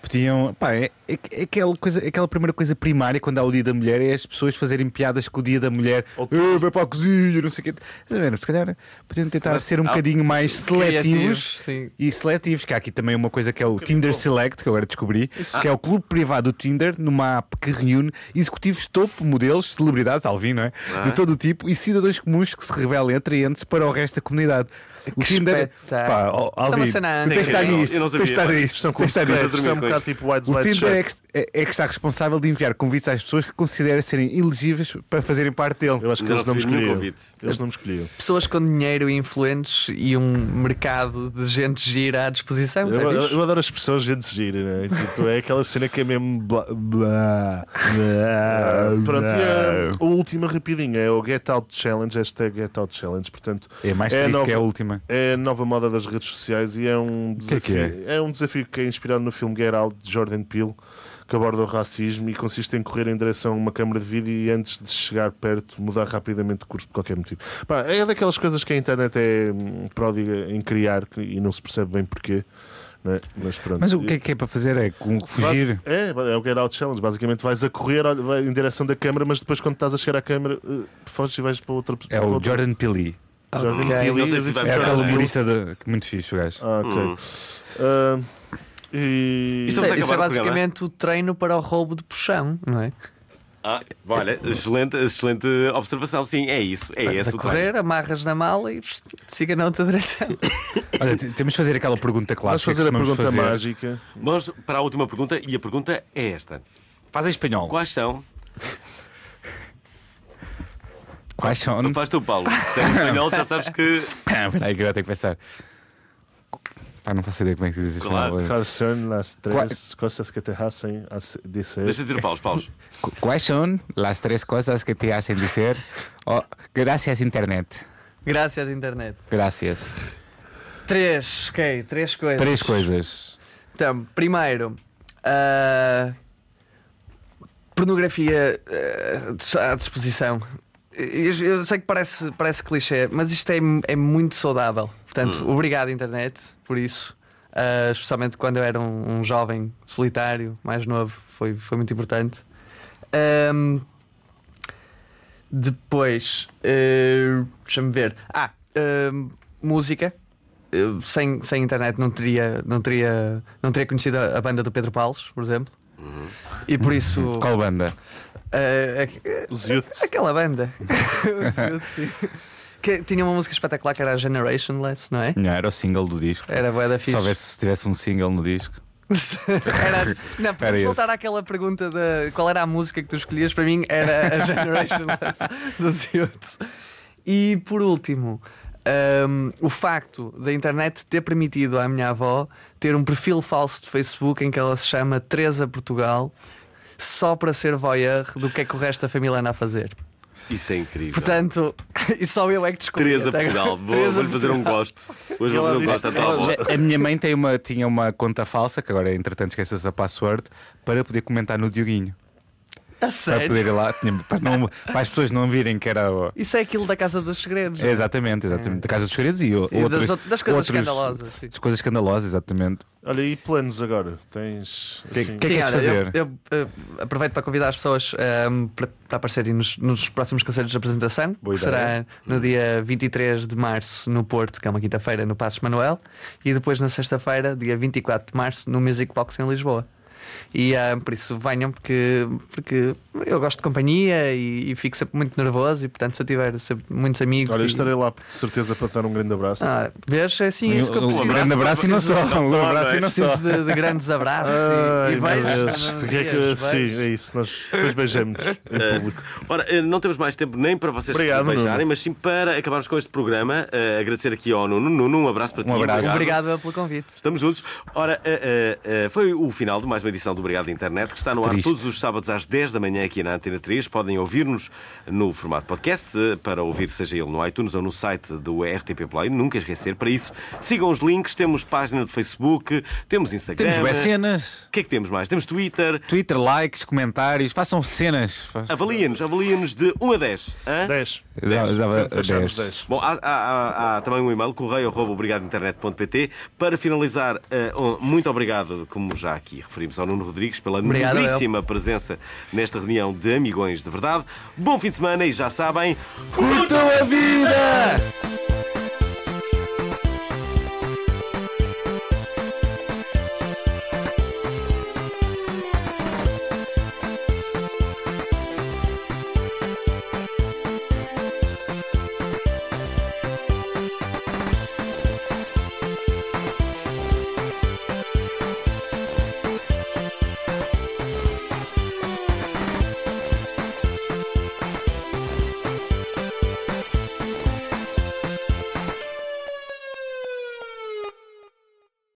Speaker 1: podiam. Pá, é, é, que- é aquela, coisa, é aquela primeira coisa primária quando há o Dia da Mulher é as pessoas fazerem piadas com o Dia da Mulher. "Eh, vai para a cozinha, não sei o quê. Estás a ver? Se calhar podiam tentar ser um bocadinho mais seletivos.
Speaker 4: Criativos, sim.
Speaker 1: E seletivos, que há aqui também uma coisa que é o Tinder Select, que eu agora descobri, que é o clube privado do Tinder, numa app que reúne executivos topo, modelos, celebridades, Alvin, não é? De todo o tipo e cidadãos comuns que se revelam atraentes para o resto da comunidade. O Tinder.
Speaker 4: espetáculo.
Speaker 1: Pá, oh,
Speaker 4: Isso é uma
Speaker 1: Alvin,
Speaker 4: cena
Speaker 1: tu tens de estar
Speaker 2: antes. Eu não-
Speaker 1: nisto,
Speaker 2: eu não
Speaker 1: tens de estar
Speaker 2: sabia,
Speaker 1: nisto,
Speaker 3: Estão com
Speaker 1: tens de estar nisto.
Speaker 3: secretos, isto é um
Speaker 2: coisa.
Speaker 3: bocado tipo White
Speaker 1: O
Speaker 3: Light
Speaker 1: Tinder é
Speaker 3: Shade.
Speaker 1: que, é, é que está responsável de enviar convites às pessoas que considera serem elegíveis para fazerem parte dele.
Speaker 3: Eu acho que
Speaker 2: Ainda
Speaker 3: eles
Speaker 2: não
Speaker 3: não me
Speaker 2: recebi nenhum
Speaker 3: escolhiam.
Speaker 2: convite.
Speaker 3: Eles não me escolhiam.
Speaker 4: Pessoas com dinheiro e influentes e um mercado de gente gira à disposição. isso é
Speaker 3: Eu, eu-
Speaker 4: fixe.
Speaker 3: eu adoro as pessoas gente gira, né? Tipo, é aquela cena que é mesmo. Blá, blá,
Speaker 1: Ah,
Speaker 3: blá, Pronto, e a, a última rapidinha é o Get Out Challenge. Esta é Get Out Challenge, portanto.
Speaker 1: É mais triste
Speaker 3: nova,
Speaker 1: que é a última.
Speaker 3: é a nova moda das redes sociais e é um
Speaker 1: que é
Speaker 3: desafio.
Speaker 1: que
Speaker 3: é um desafio que é inspirado no filme Get Out de Jordan Peele, que aborda o racismo e consiste em correr em direção a uma câmara de vídeo e antes de chegar perto mudar rapidamente de curso por qualquer motivo. Pá, é daquelas coisas que a internet é hum, pródiga em criar que- e não se percebe bem porquê. né? Mas, pronto.
Speaker 1: Mas o que é que é para fazer? É com- fugir.
Speaker 3: É, é o Get Out Challenge. Basicamente, vais a correr olha, vai em direção da câmara, mas depois, quando estás a chegar à câmara, eh, foges e vais para outra
Speaker 1: É
Speaker 3: para
Speaker 1: o
Speaker 3: outra-
Speaker 1: Jordan Peele.
Speaker 3: Jordan
Speaker 4: Ok.
Speaker 3: Peele.
Speaker 2: Não sei se vai
Speaker 1: É aquele
Speaker 2: melhorar, né?
Speaker 1: humorista de... que muito fixe, o gajo.
Speaker 3: Ah, ok.
Speaker 2: Hum.
Speaker 3: Ah, e...
Speaker 2: Isto
Speaker 4: Isso, é- isso é
Speaker 2: acabar o programa.
Speaker 4: basicamente o treino para o roubo de puxão, não é?
Speaker 2: Ah, olha, excelente, excelente observação. Sim, é isso. É
Speaker 4: Vais
Speaker 2: esse
Speaker 4: a
Speaker 2: o
Speaker 4: correr, amarras na mala e pss, siga na outra direção.
Speaker 1: Olha, t- temos de fazer aquela pergunta
Speaker 3: Vamos
Speaker 1: clássica. que é
Speaker 3: fazer a
Speaker 1: costumamos
Speaker 3: pergunta
Speaker 1: fazer.
Speaker 3: mágica.
Speaker 2: plano. Vamos para a última pergunta e a pergunta é esta:
Speaker 1: Faz em espanhol.
Speaker 2: Quais são?
Speaker 1: Quais são?
Speaker 2: Não faz tu, Paulo. Sem espanhol, já sabes que.
Speaker 1: Espera aí que eu vou ter que pensar. Pá, não faço ideia como é que se diz em
Speaker 2: Claro.
Speaker 1: espanhol.
Speaker 3: Quais são as três coisas que te hacen as- dizer?
Speaker 2: Deixa de dizer paus, paus.
Speaker 1: Qu- Quais são as três coisas que te hacen dizer oh, graças internet?
Speaker 4: Graças à internet.
Speaker 1: Graças.
Speaker 4: Três, ok, três coisas.
Speaker 1: Três coisas.
Speaker 4: Então, primeiro, ah, pornografia ah, dis- à disposição. Eu, eu sei que parece, parece clichê, mas isto é, é muito saudável. Portanto, obrigado, internet, por isso. Ah, especialmente quando eu era um, um jovem solitário, mais novo, foi, foi muito importante. Ahm, depois, eh, deixa-me ver. Ah, ahm, música. Eu, sem, sem internet não teria, não, teria, não teria conhecido a, a banda do Pedro Paulos, por exemplo. E por isso.
Speaker 1: Qual banda?
Speaker 4: eh, eh,
Speaker 3: Os youths.
Speaker 4: aquela banda. Sim. que tinha uma música espetacular que era a Generationless, não é?
Speaker 1: Não, era o single do disco.
Speaker 4: Era boa da
Speaker 1: Se
Speaker 4: fixe.
Speaker 1: soubesse se tivesse um single no disco.
Speaker 4: Era- não, porque
Speaker 1: Era
Speaker 4: se
Speaker 1: esse.
Speaker 4: voltar àquela pergunta de qual era a música que tu escolhias, para mim era a Generationless dos Youths. E por último, hum, o facto da internet ter permitido à minha avó ter um perfil falso de Facebook em que ela se chama Teresa Portugal. Só para ser voyeur do que é que o resto da família anda a fazer.
Speaker 2: Isso é incrível.
Speaker 4: Portanto, e só eu é que descobri.
Speaker 2: Teresa
Speaker 4: até agora.
Speaker 2: Portugal, vou,
Speaker 4: Teresa
Speaker 2: vou-lhe fazer um
Speaker 4: Portugal.
Speaker 2: gosto. Hoje vou
Speaker 3: Ela
Speaker 2: fazer um
Speaker 3: disse-
Speaker 2: gosto à tua
Speaker 3: ela-
Speaker 2: avó.
Speaker 1: A minha mãe tem uma, tinha uma conta falsa, que agora entretanto esqueças a password, para poder comentar no Dioguinho.
Speaker 4: A
Speaker 1: Para poder
Speaker 4: sério.
Speaker 1: ir lá, tinha- para, não- para as pessoas não virem que era. o-
Speaker 4: Isso é aquilo da Casa dos Segredos.
Speaker 1: É, exatamente, exatamente. Da Casa dos Segredos e, o-
Speaker 4: E
Speaker 1: outros-
Speaker 4: das ou- das coisas
Speaker 1: outros-
Speaker 4: escandalosas, sim.
Speaker 1: Das coisas escandalosas, exatamente.
Speaker 3: Olha, e planos agora? Tens.
Speaker 1: Que-
Speaker 3: assim,
Speaker 1: que- é
Speaker 4: Sim,
Speaker 1: queres
Speaker 4: olha, eu-
Speaker 1: fazer?
Speaker 4: Eu, eh, aproveito para convidar as pessoas ehm, para, para aparecerem nos, nos próximos conselhos de apresentação,
Speaker 1: Boa
Speaker 4: que
Speaker 1: ideia.
Speaker 4: será no dia 23 de março no Porto, que é uma quinta-feira, no Passos Manuel, e depois na sexta-feira, dia 24 de março, no Music Box em Lisboa. E ah, por isso venham, porque, porque eu gosto de companhia e, e fico sempre muito nervoso, e portanto, se eu tiver sempre muitos amigos.
Speaker 3: Olha, eu
Speaker 4: e-
Speaker 3: estarei lá de certeza para te dar um grande abraço.
Speaker 4: é Ah, vês? É assim, é isso que eu
Speaker 1: Um-
Speaker 4: preciso.
Speaker 1: um grande abraço e não só. Um
Speaker 2: só,
Speaker 1: abraço e
Speaker 2: não
Speaker 1: não
Speaker 2: é?
Speaker 1: só.
Speaker 4: Preciso de, de grandes abraços e,
Speaker 3: Ai,
Speaker 4: e
Speaker 3: meu
Speaker 4: Ah, beijos.
Speaker 3: Deus, porque é que-
Speaker 4: Beijos, beijos.
Speaker 3: Sim, é isso. Nós depois beijamos em
Speaker 1: É.
Speaker 3: público.
Speaker 2: Ora, eh, não temos mais tempo nem para vocês
Speaker 3: Obrigado,
Speaker 2: beijarem,
Speaker 3: Nuno.
Speaker 2: mas sim para acabarmos com este programa. eh, agradecer aqui ao Nuno. Nuno, um abraço para ti.
Speaker 1: Um abraço.
Speaker 4: Obrigado pelo convite.
Speaker 2: Estamos juntos. Ora, eh, eh, eh, foi o final de mais uma edição do Obrigado Internet, que está no ar
Speaker 1: Triste.
Speaker 2: todos os sábados às 10 da manhã aqui na Antena 3. Podem ouvir-nos no formato podcast, eh, para ouvir, seja ele no iTunes ou no site do RTP Play. Nunca esquecer. Para isso, sigam os links. Temos página do Facebook, temos Instagram.
Speaker 1: Temos bem cenas,
Speaker 2: O que é que temos mais? Temos Twitter.
Speaker 1: Twitter, likes, comentários, façam cenas. Fa-
Speaker 2: Avaliem-nos, avaliem-nos de 1 a 10. hã?
Speaker 3: 10.
Speaker 1: Dava- dava
Speaker 3: Fechamos
Speaker 1: 10.
Speaker 3: 10.
Speaker 2: Bom, há, há- há- há também um e-mail, correio.obrigadointernet.pt. Para finalizar, eh, um, muito obrigado, como já aqui referimos ao Nuno Rodrigues pela
Speaker 4: Obrigado, Abel.
Speaker 2: nobríssima presença nesta reunião de amigões de verdade. Bom fim de semana e já sabem,
Speaker 6: Curtam a vida!